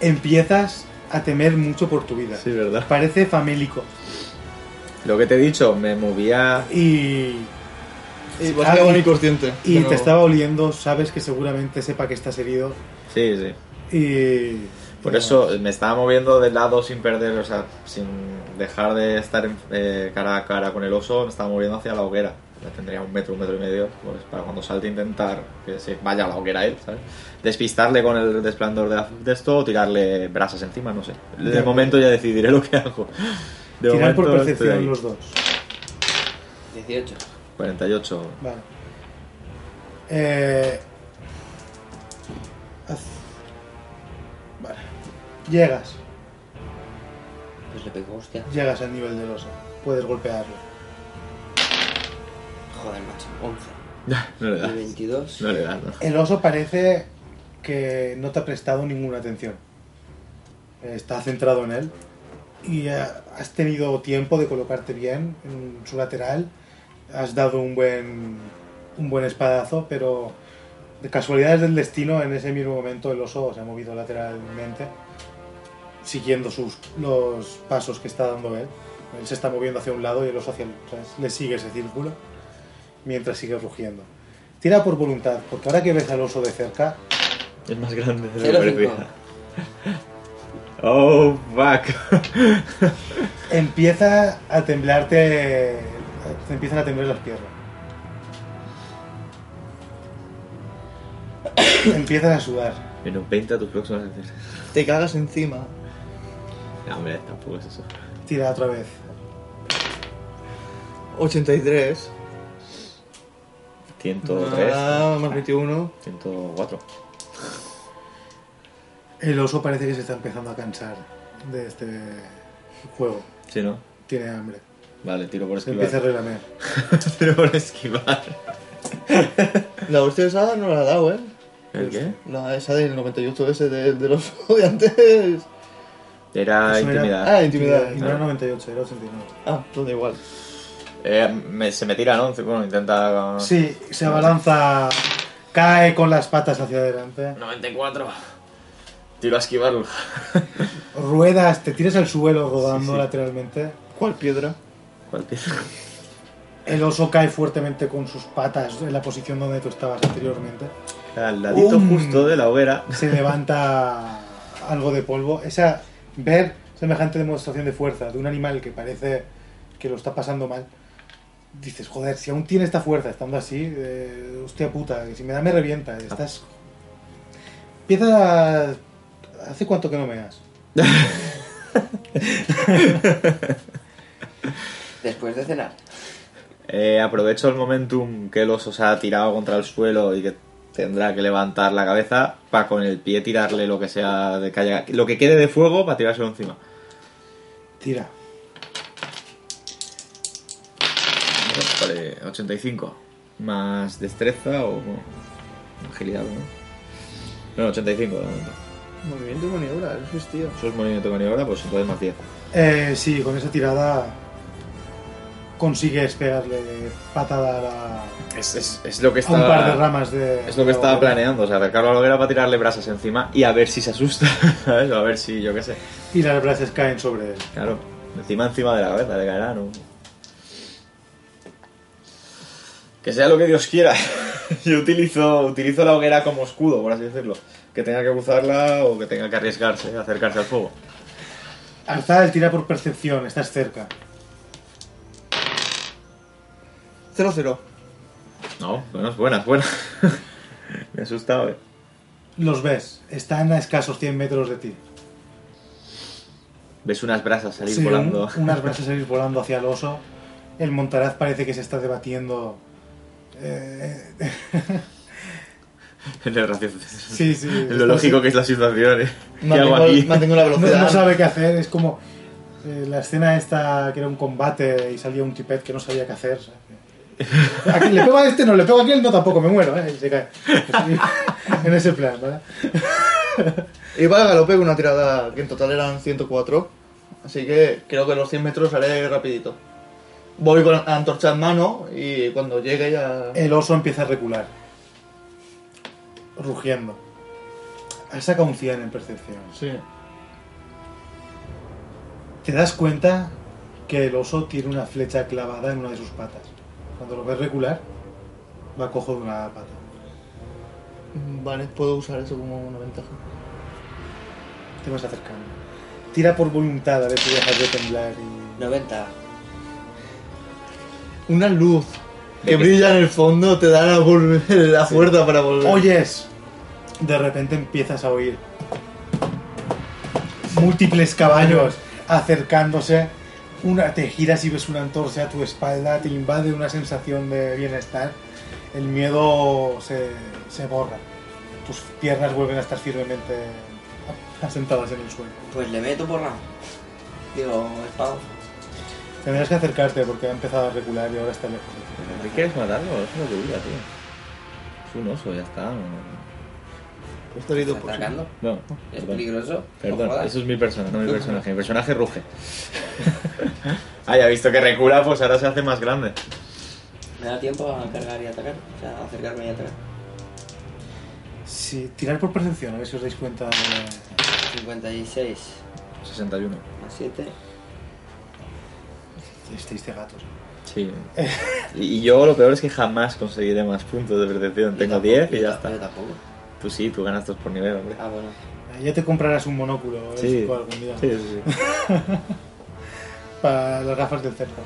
S1: Empiezas a temer mucho por tu vida.
S4: Sí, ¿verdad?
S1: Parece famélico.
S4: Lo que te he dicho, me movía.
S1: Y
S2: Y vas a quedar
S1: Ah, y-
S2: inconsciente.
S1: Y
S2: Pero-
S1: te estaba oliendo, sabes que seguramente sepa que estás herido
S4: Sí, sí.
S1: y...
S4: Por
S1: y
S4: eso me estaba moviendo de lado sin perder, o sea, sin dejar de estar en- eh, cara a cara con el oso, me estaba moviendo hacia la hoguera. La tendría un metro, un metro y medio, pues para cuando salte intentar que se vaya a la hoguera él, ¿sabes? Despistarle con el resplandor de, la- de esto o tirarle brasas encima, no sé. De
S1: Ya.
S4: momento ya decidiré lo que hago. De
S1: Tirar por
S4: momento estoy
S1: percepción
S4: ahí.
S1: los dos.
S3: 18.
S4: 48.
S1: Vale. Eh... haz- Vale. Llegas,
S3: Pues le pegó, hostia.
S1: llegas al nivel del oso. Puedes golpearlo.
S3: Joder, macho. 11.
S4: No le
S3: Y
S4: das.
S3: 22.
S4: No le das, ¿no?
S1: El oso parece que no te ha prestado ninguna atención. Eh, Está centrado en él. Y eh, has tenido tiempo de colocarte bien en su lateral. Has dado un buen, un buen espadazo, pero de casualidades del destino, en ese mismo momento el oso se ha movido lateralmente, siguiendo sus, los pasos que está dando él. Él se está moviendo hacia un lado y el oso hacia el otro. ¿sabes? Le sigue ese círculo mientras sigue rugiendo. Tira por voluntad, porque ahora que ves al oso de cerca,
S4: Es más grande de lo que
S3: 05.
S4: parecía. Oh, fuck.
S1: empieza a temblarte. Te empiezan a temblar las piernas. [coughs] Empiezas a sudar.
S4: Menos 20 a tus próximas acciones.
S2: Te cagas encima.
S4: No, hombre, tampoco es eso.
S1: Tira otra vez.
S2: 83.
S4: 103.
S2: Ah, más 21.
S4: 104.
S1: El oso parece que se está empezando a cansar de este juego.
S4: Sí, ¿no?
S1: Tiene hambre.
S4: Vale, tiro por
S1: Se empieza a
S4: [laughs] esquivar.
S1: relamer.
S4: tiro por esquivar.
S2: La hostia esa no la ha dado, ¿eh?
S4: ¿El qué?
S2: La esa del 98 ese de, de los [laughs] de antes.
S1: Eso
S4: Era
S1: era-
S4: intimidad.
S2: Ah,
S1: Tira-
S2: intimidad.
S1: Y no era 98, era 89.
S2: Ah, todo da igual.
S4: Eh, me- se me tira, ¿no? Bueno, intenta.
S2: Ah.
S1: Sí, se abalanza. Cae con las patas hacia adelante.
S4: 94. Tiro a esquivarlo.
S1: Ruedas, te tiras al suelo rodando lateralmente.
S2: ¿Cuál piedra?
S4: ¿Cuál tiro?
S1: El oso cae fuertemente con sus patas en la posición donde tú estabas anteriormente.
S4: Al ladito
S1: Um.
S4: justo de la hoguera.
S1: Se
S2: [laughs]
S1: levanta algo de polvo. Esa ver semejante demostración de fuerza de un animal que parece que lo está pasando mal. Dices, joder, si aún tiene esta fuerza estando así, eh, hostia puta, que si me da me revienta. Estás. Empieza. a- ¿Hace cuánto que no meas?
S3: Después de cenar.
S4: Eh, aprovecho el momentum que el oso se ha tirado contra el suelo y que tendrá que levantar la cabeza para con el pie tirarle lo que sea de que haya- lo que quede de fuego para tirárselo encima.
S1: Tira.
S4: Vale, 85. Más destreza o bueno, agilidad, ¿no? No, 85 de momento.
S2: Movimiento y maniobra, eso es tío.
S4: Eso es movimiento de maniobra, pues entonces más 10.
S1: Eh, sí, con esa tirada consigues pegarle patada a la-
S4: Es, es- es lo que
S1: a un par de
S4: estaba,
S1: ramas de.
S4: es
S1: de
S4: lo que
S1: la
S4: estaba
S1: hoguera.
S4: planeando, o sea, acercarlo a la hoguera para tirarle brasas encima y a ver si se asusta, [laughs] ¿sabes? O a ver si, yo qué sé.
S1: Y las brasas caen sobre él.
S4: Claro, encima encima de la cabeza le caerá, ¿no? Que sea lo que Dios quiera. [laughs] yo utilizo, utilizo la hoguera como escudo, por así decirlo. Que tenga que cruzarla o que tenga que arriesgarse, acercarse al fuego.
S1: Alzada el tira por percepción, estás cerca.
S2: 0-0.
S4: No, bueno, es buena, es buena. [laughs] Me he asustado, eh.
S1: Los ves, están a escasos 100 metros de ti.
S4: Ves unas brasas salir
S1: Sí, [laughs]
S4: volando. [laughs]
S1: un- unas brasas salir volando hacia el oso. El montaraz parece que se está debatiendo. eh, [laughs]
S4: En el ratio- [laughs]
S1: sí, sí.
S4: Lo lógico que es la
S1: [laughs]
S4: situación, eh. ¿Qué hago
S2: Mantengo,
S4: aquí?
S2: mantengo [laughs] la
S1: No,
S2: velocidad.
S1: no sabe qué hacer, es como eh, la escena esta que era un combate y salía un tipet que no sabía qué hacer. ¿sabes? Aquí, le pego a este, no, le pego a aquel, no tampoco, me muero, ¿eh? Y se cae. [laughs] en ese plan, ¿vale?
S2: Iba a galope con una tirada que en total eran 104. Así que creo que los 100 metros haré rapidito. Voy con la antorcha en mano y cuando llegue ya...
S1: El oso empieza a recular, rugiendo. Ha sacado un 100 en percepción.
S2: Sí.
S1: Te das cuenta que el oso tiene una flecha clavada en una de sus patas. Cuando lo ves recular, la cojo de una pata.
S2: Mm, Vale, puedo usar eso como una ventaja.
S1: Te vas acercando. Tira por voluntad a ver si dejas de temblar y...
S3: 90.
S2: Una luz
S4: ¿De
S2: que
S4: qué?
S2: brilla en el fondo te da la, vol- [laughs] la fuerza para volver.
S1: Oyes. De repente empiezas a oír múltiples caballos acercándose. Una, te giras y ves una antorcha a tu espalda, te invade una sensación de bienestar. El miedo se, se borra. Tus piernas vuelven a estar firmemente asentadas en el suelo.
S3: Pues le meto porra. Digo, espada.
S1: Tendrás que acercarte porque ha empezado a recular y ahora está lejos. de ti.
S4: ¿Por qué quieres matarlo? Es una locura, tío. Es un oso, ya está. No,
S2: Está herido por-
S3: atacando?
S4: no,
S3: ¿Es
S4: perdón.
S3: peligroso?
S4: Perdón,
S3: No jodas.
S4: eso es mi persona, no mi personaje. Mi personaje ruge. [laughs] ah, ya visto que recula, pues ahora se hace más grande.
S3: Me da tiempo a cargar y atacar. O sea, a acercarme y atacar.
S1: Sí, tirar por percepción, a ver si os dais cuenta. de-
S3: 56
S4: 61.
S3: más 7.
S1: Estáis de este, gatos.
S4: [laughs] Sí. y yo lo peor es que jamás conseguiré más puntos de percepción. Tengo 10 y ya
S3: Yo
S4: está.
S3: tampoco.
S4: Tú sí, tú ganas dos por nivel, hombre.
S3: Ah, bueno.
S1: Eh, Ya te comprarás un monóculo
S4: Sí.
S1: sí. algún día
S4: Sí, sí, sí.
S1: para las gafas del cerco.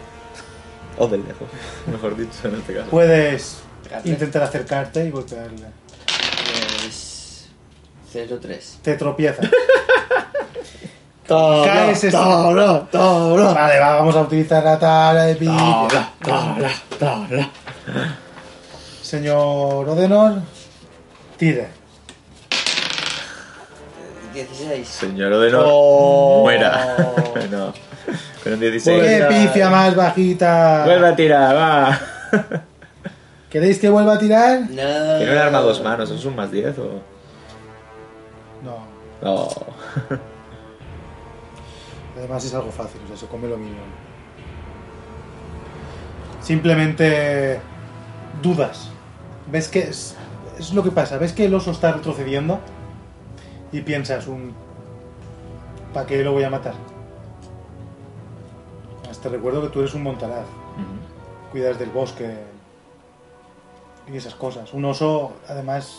S4: O del lejos, mejor dicho en este caso.
S1: Puedes
S3: Acercarte.
S1: intentar acercarte y golpearle.
S3: Pues. 03.
S1: Te tropiezas.
S2: Tabla,
S1: Caes ese-
S2: tabla, tabla,
S1: vale, va, vamos a utilizar la tabla de pique.
S2: tabla, tabla, tabla.
S1: Señor Odenor, tire.
S3: 16.
S4: Señor Odenor,
S2: Oh.
S4: muera. [laughs] no. Con un 16.
S1: ¡Qué
S2: Vuelve.
S1: pifia más bajita!
S4: Vuelve a tirar, va.
S1: ¿Queréis que vuelva a tirar?
S3: No.
S4: Tiene un arma a dos manos, ¿eso ¿es un más 10 o...?
S1: No.
S4: No.
S1: Además es algo fácil, o sea, se come lo mínimo. Simplemente dudas. Ves que es, es lo que pasa, ves que el oso está retrocediendo y piensas un ¿para qué lo voy a matar? Más Te recuerdo que tú eres un montaraz, cuidas del bosque y esas cosas. Un oso, además,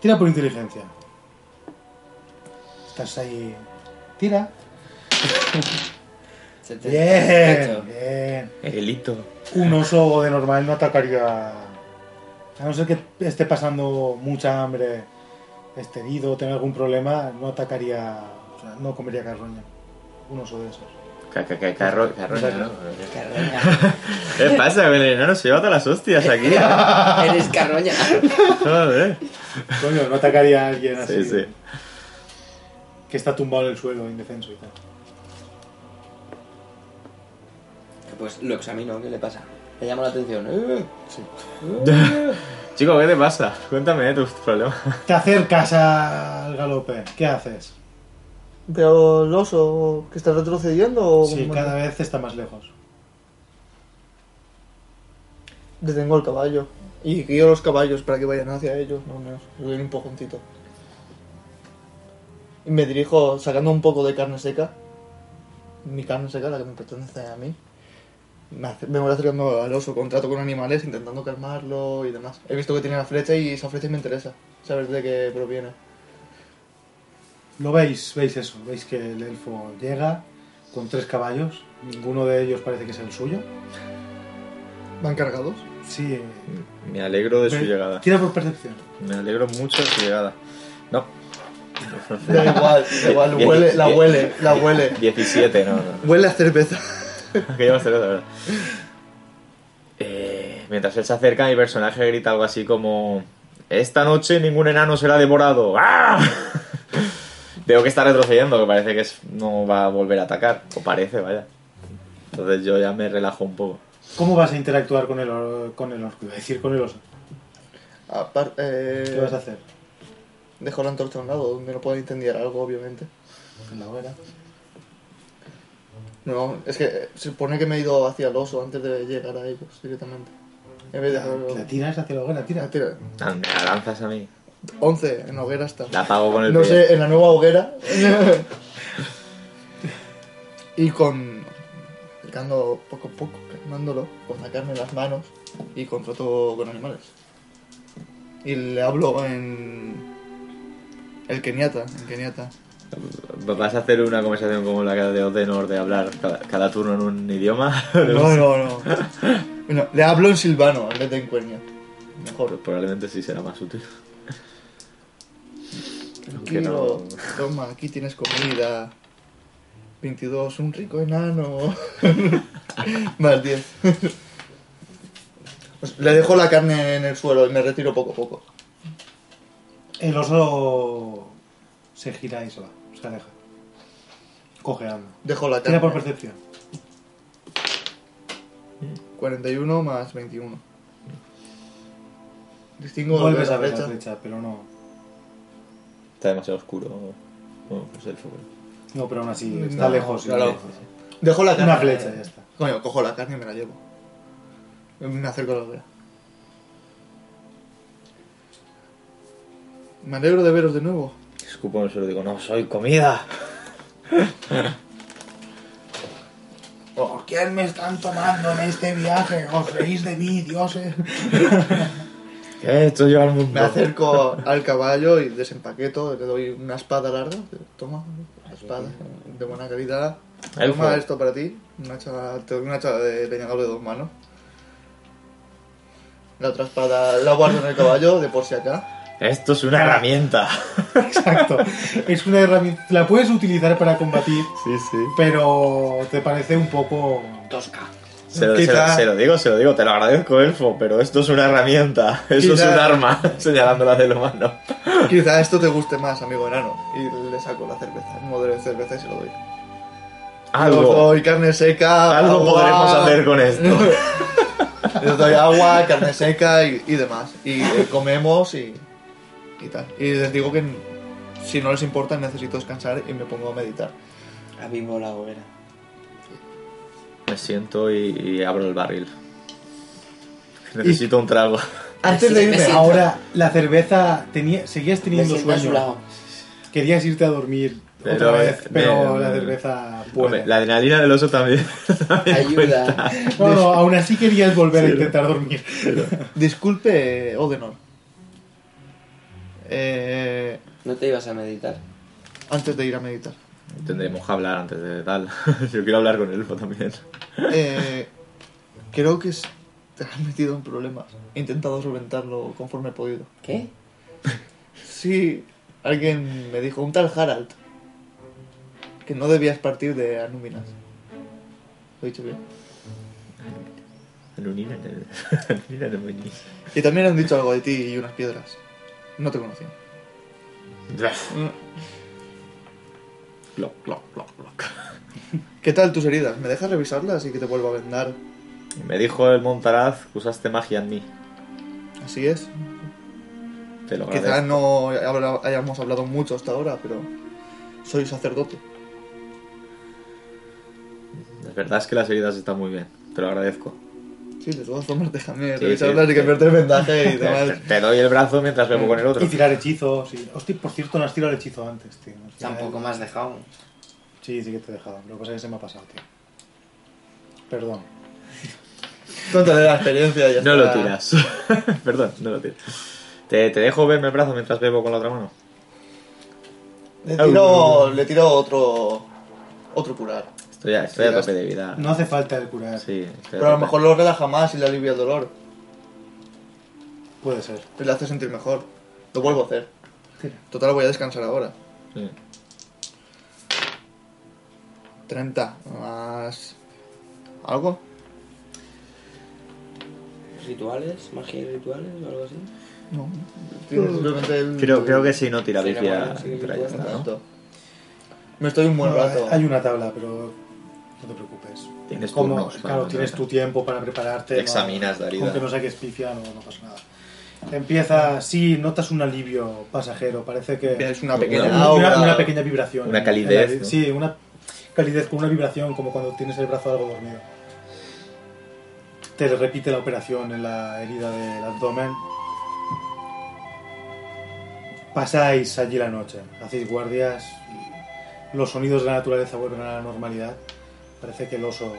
S1: tira por inteligencia. Estás ahí, tira, Bien,
S3: 78.
S1: bien.
S4: El hito.
S1: Un oso de normal no atacaría. A no ser que esté pasando mucha hambre, esté herido, tenga algún problema, no atacaría. O sea, no comería carroña. Un oso de esos.
S4: Ca- ca- ca- carro- carroña, ¿no? [laughs]
S3: Carroña.
S4: ¿Qué pasa, güey? No nos lleva todas las hostias aquí.
S3: Eres carroña.
S4: Joder.
S1: Coño, no atacaría a alguien así.
S4: Sí, sí.
S1: Que está tumbado en el suelo, indefenso y tal.
S3: Pues lo examino, ¿qué le pasa? Le llama la atención. Eh,
S1: Sí.
S4: Chico, ¿qué te pasa? Cuéntame de tus problemas.
S1: Te acercas al galope. ¿Qué haces?
S2: Pero el oso que está retrocediendo o
S1: Sí,
S2: cómo?
S1: cada vez está más lejos.
S2: detengo el caballo y guío los caballos para que vayan hacia ellos, no menos. Le doy un pojoncito. Y me dirijo sacando un poco de carne seca, mi carne seca, la que me pertenece a mí, me, ac- me voy acercando al oso, contrato con animales, intentando calmarlo y demás. He visto que tiene la flecha y esa flecha me interesa, saber de qué proviene.
S1: Lo veis, veis eso, veis que el elfo llega con tres caballos, ninguno de ellos parece que es el suyo.
S2: ¿Van cargados?
S1: Sí, eh,
S4: Me alegro de su
S1: ve-
S4: llegada.
S1: Tira por percepción.
S4: Me alegro mucho de su llegada. No.
S2: [laughs] Da igual, da igual,
S4: Bien,
S2: huele, la
S4: bien.
S2: huele, la huele.
S4: 17, no, no. [laughs]
S2: Huele a cerveza.
S4: Que lleva cerveza, ¿verdad? Eh, mientras él se acerca, mi personaje grita algo así como: Esta noche ningún enano será devorado. ¡Ah! [laughs] Veo que está retrocediendo, que parece que es- no va a volver a atacar. O parece, vaya. Entonces yo ya me relajo un poco.
S1: ¿Cómo vas a interactuar con el, or- con el orco? Iba a decir con el oso.
S2: Aparte,
S1: ¿Qué vas a hacer?
S2: Ah, eh, dejo la antorcha a un lado, donde no pueda incendiar algo, obviamente.
S1: En la hoguera.
S2: No, es que eh, se supone que me he ido hacia el oso antes de llegar a ellos directamente. En vez de
S1: Ah,
S2: dejarlo-
S1: La tiras hacia la hoguera, tira.
S2: Ah, tira.
S4: Ah, Me la lanzas a mí.
S2: 11 en hoguera está.
S4: La apago con el
S2: No
S4: pie.
S2: sé, en la nueva hoguera. y con. Calmando poco a poco, calmándolo, con sacarme las manos y con trato con animales. Y le hablo en. El keniata, en keniata.
S4: ¿Vas a hacer una conversación como la de Odenor de hablar cada, cada turno en un idioma? [laughs]
S2: No, no, no. Bueno, le hablo en silvano en vez de en cuernia. Mejor.
S4: Pues Probablemente sí será más útil. Aunque
S2: Tranquilo,
S4: no.
S2: toma, aquí tienes comida. 22, un rico enano. Más 10. Pues le dejo la carne en el suelo y me retiro poco a poco.
S1: El oso se gira y se va, se aleja. Cojeando.
S2: Dejo la carne.
S1: Tira por percepción.
S2: 41 más 21. Distingo
S1: Vuelves
S2: la
S1: a ver la
S2: flecha.
S1: flecha, pero no.
S4: Está demasiado oscuro. Bueno, pues el fuego.
S1: No, pero aún así
S2: No,
S1: está lejos.
S2: claro.
S1: sí.
S2: Dejo la carne.
S1: Una flecha, ya está.
S2: Coño, cojo la carne y me la llevo. Me acerco a la hoguera. Me alegro de veros de nuevo.
S4: Escupo en el suelo y digo, no, soy comida.
S1: ¿Por quién me están tomando en este viaje? ¿Os reís de mí, dioses?
S4: ¿Qué he hecho yo al mundo?
S2: Me acerco al caballo y desempaqueto, le doy una espada larga. Toma, espada de buena calidad.
S4: Elfo.
S2: Toma esto para ti. Una hacha, te doy una hacha de leñador de dos manos. La otra espada la guardo en el caballo, de por si acá.
S4: Esto es una herramienta.
S1: [laughs] Exacto. Es una herramienta. La puedes utilizar para combatir,
S4: Sí, sí.
S1: pero te parece un poco.
S3: Tosca.
S4: Se lo,
S2: Quizá-
S4: se lo- se lo digo, se lo digo, te lo agradezco, elfo, pero esto es una herramienta. Eso es
S2: Quizá-
S4: un arma, [laughs] señalándola del humano.
S2: Quizá esto te guste más, amigo enano. Y le saco la cerveza, un modelo de cerveza y se lo doy. Os
S4: Algo,
S2: doy carne seca.
S4: algo
S2: agua.
S4: podremos hacer con [laughs] esto.
S2: Les doy agua, carne seca y, y demás. Y eh, comemos y, y tal. Y les digo que n- si no les importa necesito descansar y me pongo a meditar.
S3: A mí mola la hoguera.
S4: Me siento y, y abro el barril. Necesito un trago.
S2: Antes de
S3: Sí, me
S2: irme,
S3: siento.
S1: Ahora, la cerveza. Tenía... Seguías
S3: Me
S1: teniendo
S3: siento a su
S1: sueño. [laughs]
S3: lado.
S1: Querías irte a dormir
S4: Pero,
S1: otra vez,
S4: eh,
S1: pero
S4: eh,
S1: la cerveza
S4: Hombre,
S1: puede.
S4: la adrenalina del oso también. también cuenta.
S3: Ayuda.
S1: No,
S4: [laughs]
S1: no, aún así querías volver a intentar dormir.
S2: disculpe, Odenor. Eh,
S3: No te ibas a meditar.
S2: antes de ir a meditar.
S4: Tendremos que hablar antes de tal. [laughs] Yo quiero hablar con elfo también.
S2: Eh, creo que es- te has metido en problemas. He intentado solventarlo conforme he podido.
S3: ¿Qué?
S2: Sí, alguien me dijo, un tal Harald, que no debías partir de Anúminas. Lo he dicho bien.
S4: Lunina en el- Lunina en el Muñiz.
S2: Y también han dicho algo de ti y unas piedras. No te conocía.
S4: Mm. Cloc, cloc, cloc, cloc.
S2: ¿Qué tal tus heridas? ¿Me dejas revisarlas y que te vuelva a vendar?
S4: Me dijo el Montaraz que usaste magia en mí.
S2: Así es.
S4: Te lo
S2: Quizás
S4: agradezco.
S2: no habla- hayamos hablado mucho hasta ahora, pero soy sacerdote.
S4: La verdad es que las heridas están muy bien. Te lo agradezco.
S2: Sí, de todas formas, déjame
S4: Sí,
S2: revisarlas
S4: sí,
S2: y cambiarte el vendaje y
S4: Te,
S2: demás.
S4: [laughs] te doy el brazo mientras bebo con el otro.
S1: Y tirar hechizos. y- Hostia, por cierto, no has tirado el hechizo antes, tío. Al final-
S3: Tampoco me has dejado.
S1: Sí, sí que te he dejado. Lo que pasa es que se me ha pasado, tío. Perdón.
S2: Contaré la experiencia y ya
S4: No lo
S2: está.
S4: tiras. [laughs] Perdón, no lo tiras. ¿Te, te dejo verme el brazo mientras bebo con la otra mano?
S2: Le tiro, le tiro otro, otro curar.
S4: Estoy a, estoy a
S2: Sí,
S4: tope de vida.
S1: No hace falta el curar.
S4: Sí, estoy
S2: Pero a lo
S4: tope.
S2: mejor lo relaja más y le alivia el dolor.
S1: Puede ser.
S2: Le hace sentir mejor. Lo vuelvo a hacer.
S1: Tira.
S2: Total, voy a descansar ahora.
S4: Sí.
S2: 30 más. ¿Algo?
S3: ¿Rituales? ¿Magia y rituales o algo así?
S2: No. Tienes simplemente el.
S4: Creo, creo que si no tira
S3: Sí,
S4: vicia,
S3: bueno, sí,
S4: entra ya
S3: bueno.
S4: está, ¿no?
S2: Exacto. Me estoy un buen
S1: No,
S2: rato.
S1: Hay una tabla, pero no te preocupes.
S4: Tienes
S1: Como-
S4: turnos,
S1: claro,
S4: vamos,
S1: tienes
S4: ¿no?
S1: tu tiempo para prepararte.
S4: Te
S1: ¿no?
S4: examinas la herida.
S1: Aunque no saques pifia, no, no pasa nada. Empieza, sí, notas un alivio pasajero. Parece que.
S2: Es una
S4: Una-
S2: pequeña
S4: una-
S1: una,
S2: aura.
S1: una pequeña vibración.
S4: Una
S1: en-
S4: calidez,
S1: en la-
S4: ¿no?
S1: Sí, una calidez con una vibración como cuando tienes el brazo algo dormido. Te repite la operación en la herida del abdomen. Pasáis allí la noche, hacéis guardias, y los sonidos de la naturaleza vuelven a la normalidad. Parece que el oso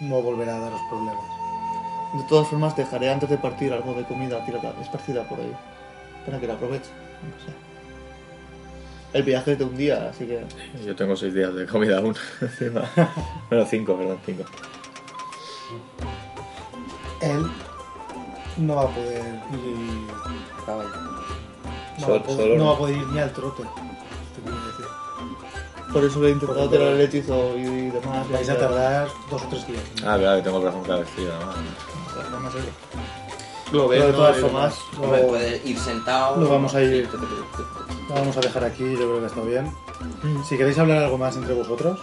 S1: no volverá a daros problemas.
S2: De todas formas, dejaré antes de partir algo de comida tirada, esparcida por ahí. Para que la aproveche. no sé. El viaje es de un día, así que.
S4: Yo tengo seis días de comida aún. [laughs] encima. bueno, cinco, perdón, cinco.
S1: Él no va a poder ir,
S3: Caballo.
S1: no va
S4: Sol-
S1: a poder-
S4: solo
S1: no
S4: no.
S1: va a poder ir ni al trote. te quiero decir.
S2: Por eso he intentado tirar el hechizo y demás.
S1: Vais a tardar dos o tres días.
S4: Ah, claro, que tengo el brazo encabecido, nada más.
S2: No me sirve.
S1: Lo
S2: Pero de todas formas,
S1: formas,
S3: Hombre,
S1: lo,
S3: puedes ir sentado.
S1: lo vamos a ir-
S3: Sí,
S1: lo vamos a dejar aquí, yo creo que está bien. Si queréis hablar algo más entre vosotros.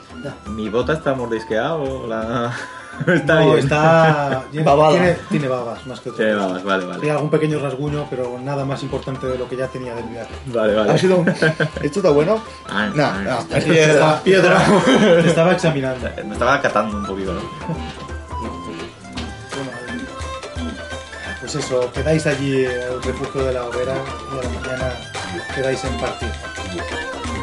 S4: ¿Mi bota está mordisqueada o la.? [laughs] está
S1: No,
S4: bien.
S1: está llena-
S2: Babada.
S1: tiene, tiene babas más que
S4: Sí,
S1: otra cosa.
S4: vamos, vale,
S1: Hay
S4: vale.
S1: algún pequeño rasguño, pero nada más importante de lo que ya tenía del viaje.
S4: Vale,
S2: ¿Ha
S4: vale.
S2: sido
S1: [laughs]
S2: un... ¿Esto está bueno?
S4: Ah,
S2: No,
S4: ah,
S1: 啊
S2: no.
S4: está-
S2: Piedra, piedra.
S1: [laughs] Te estaba examinando.
S4: Me estaba catando un poquito, ¿no?
S1: Bueno, pues eso, quedáis allí en el refugio de la hoguera y a la mañana quedáis en partido.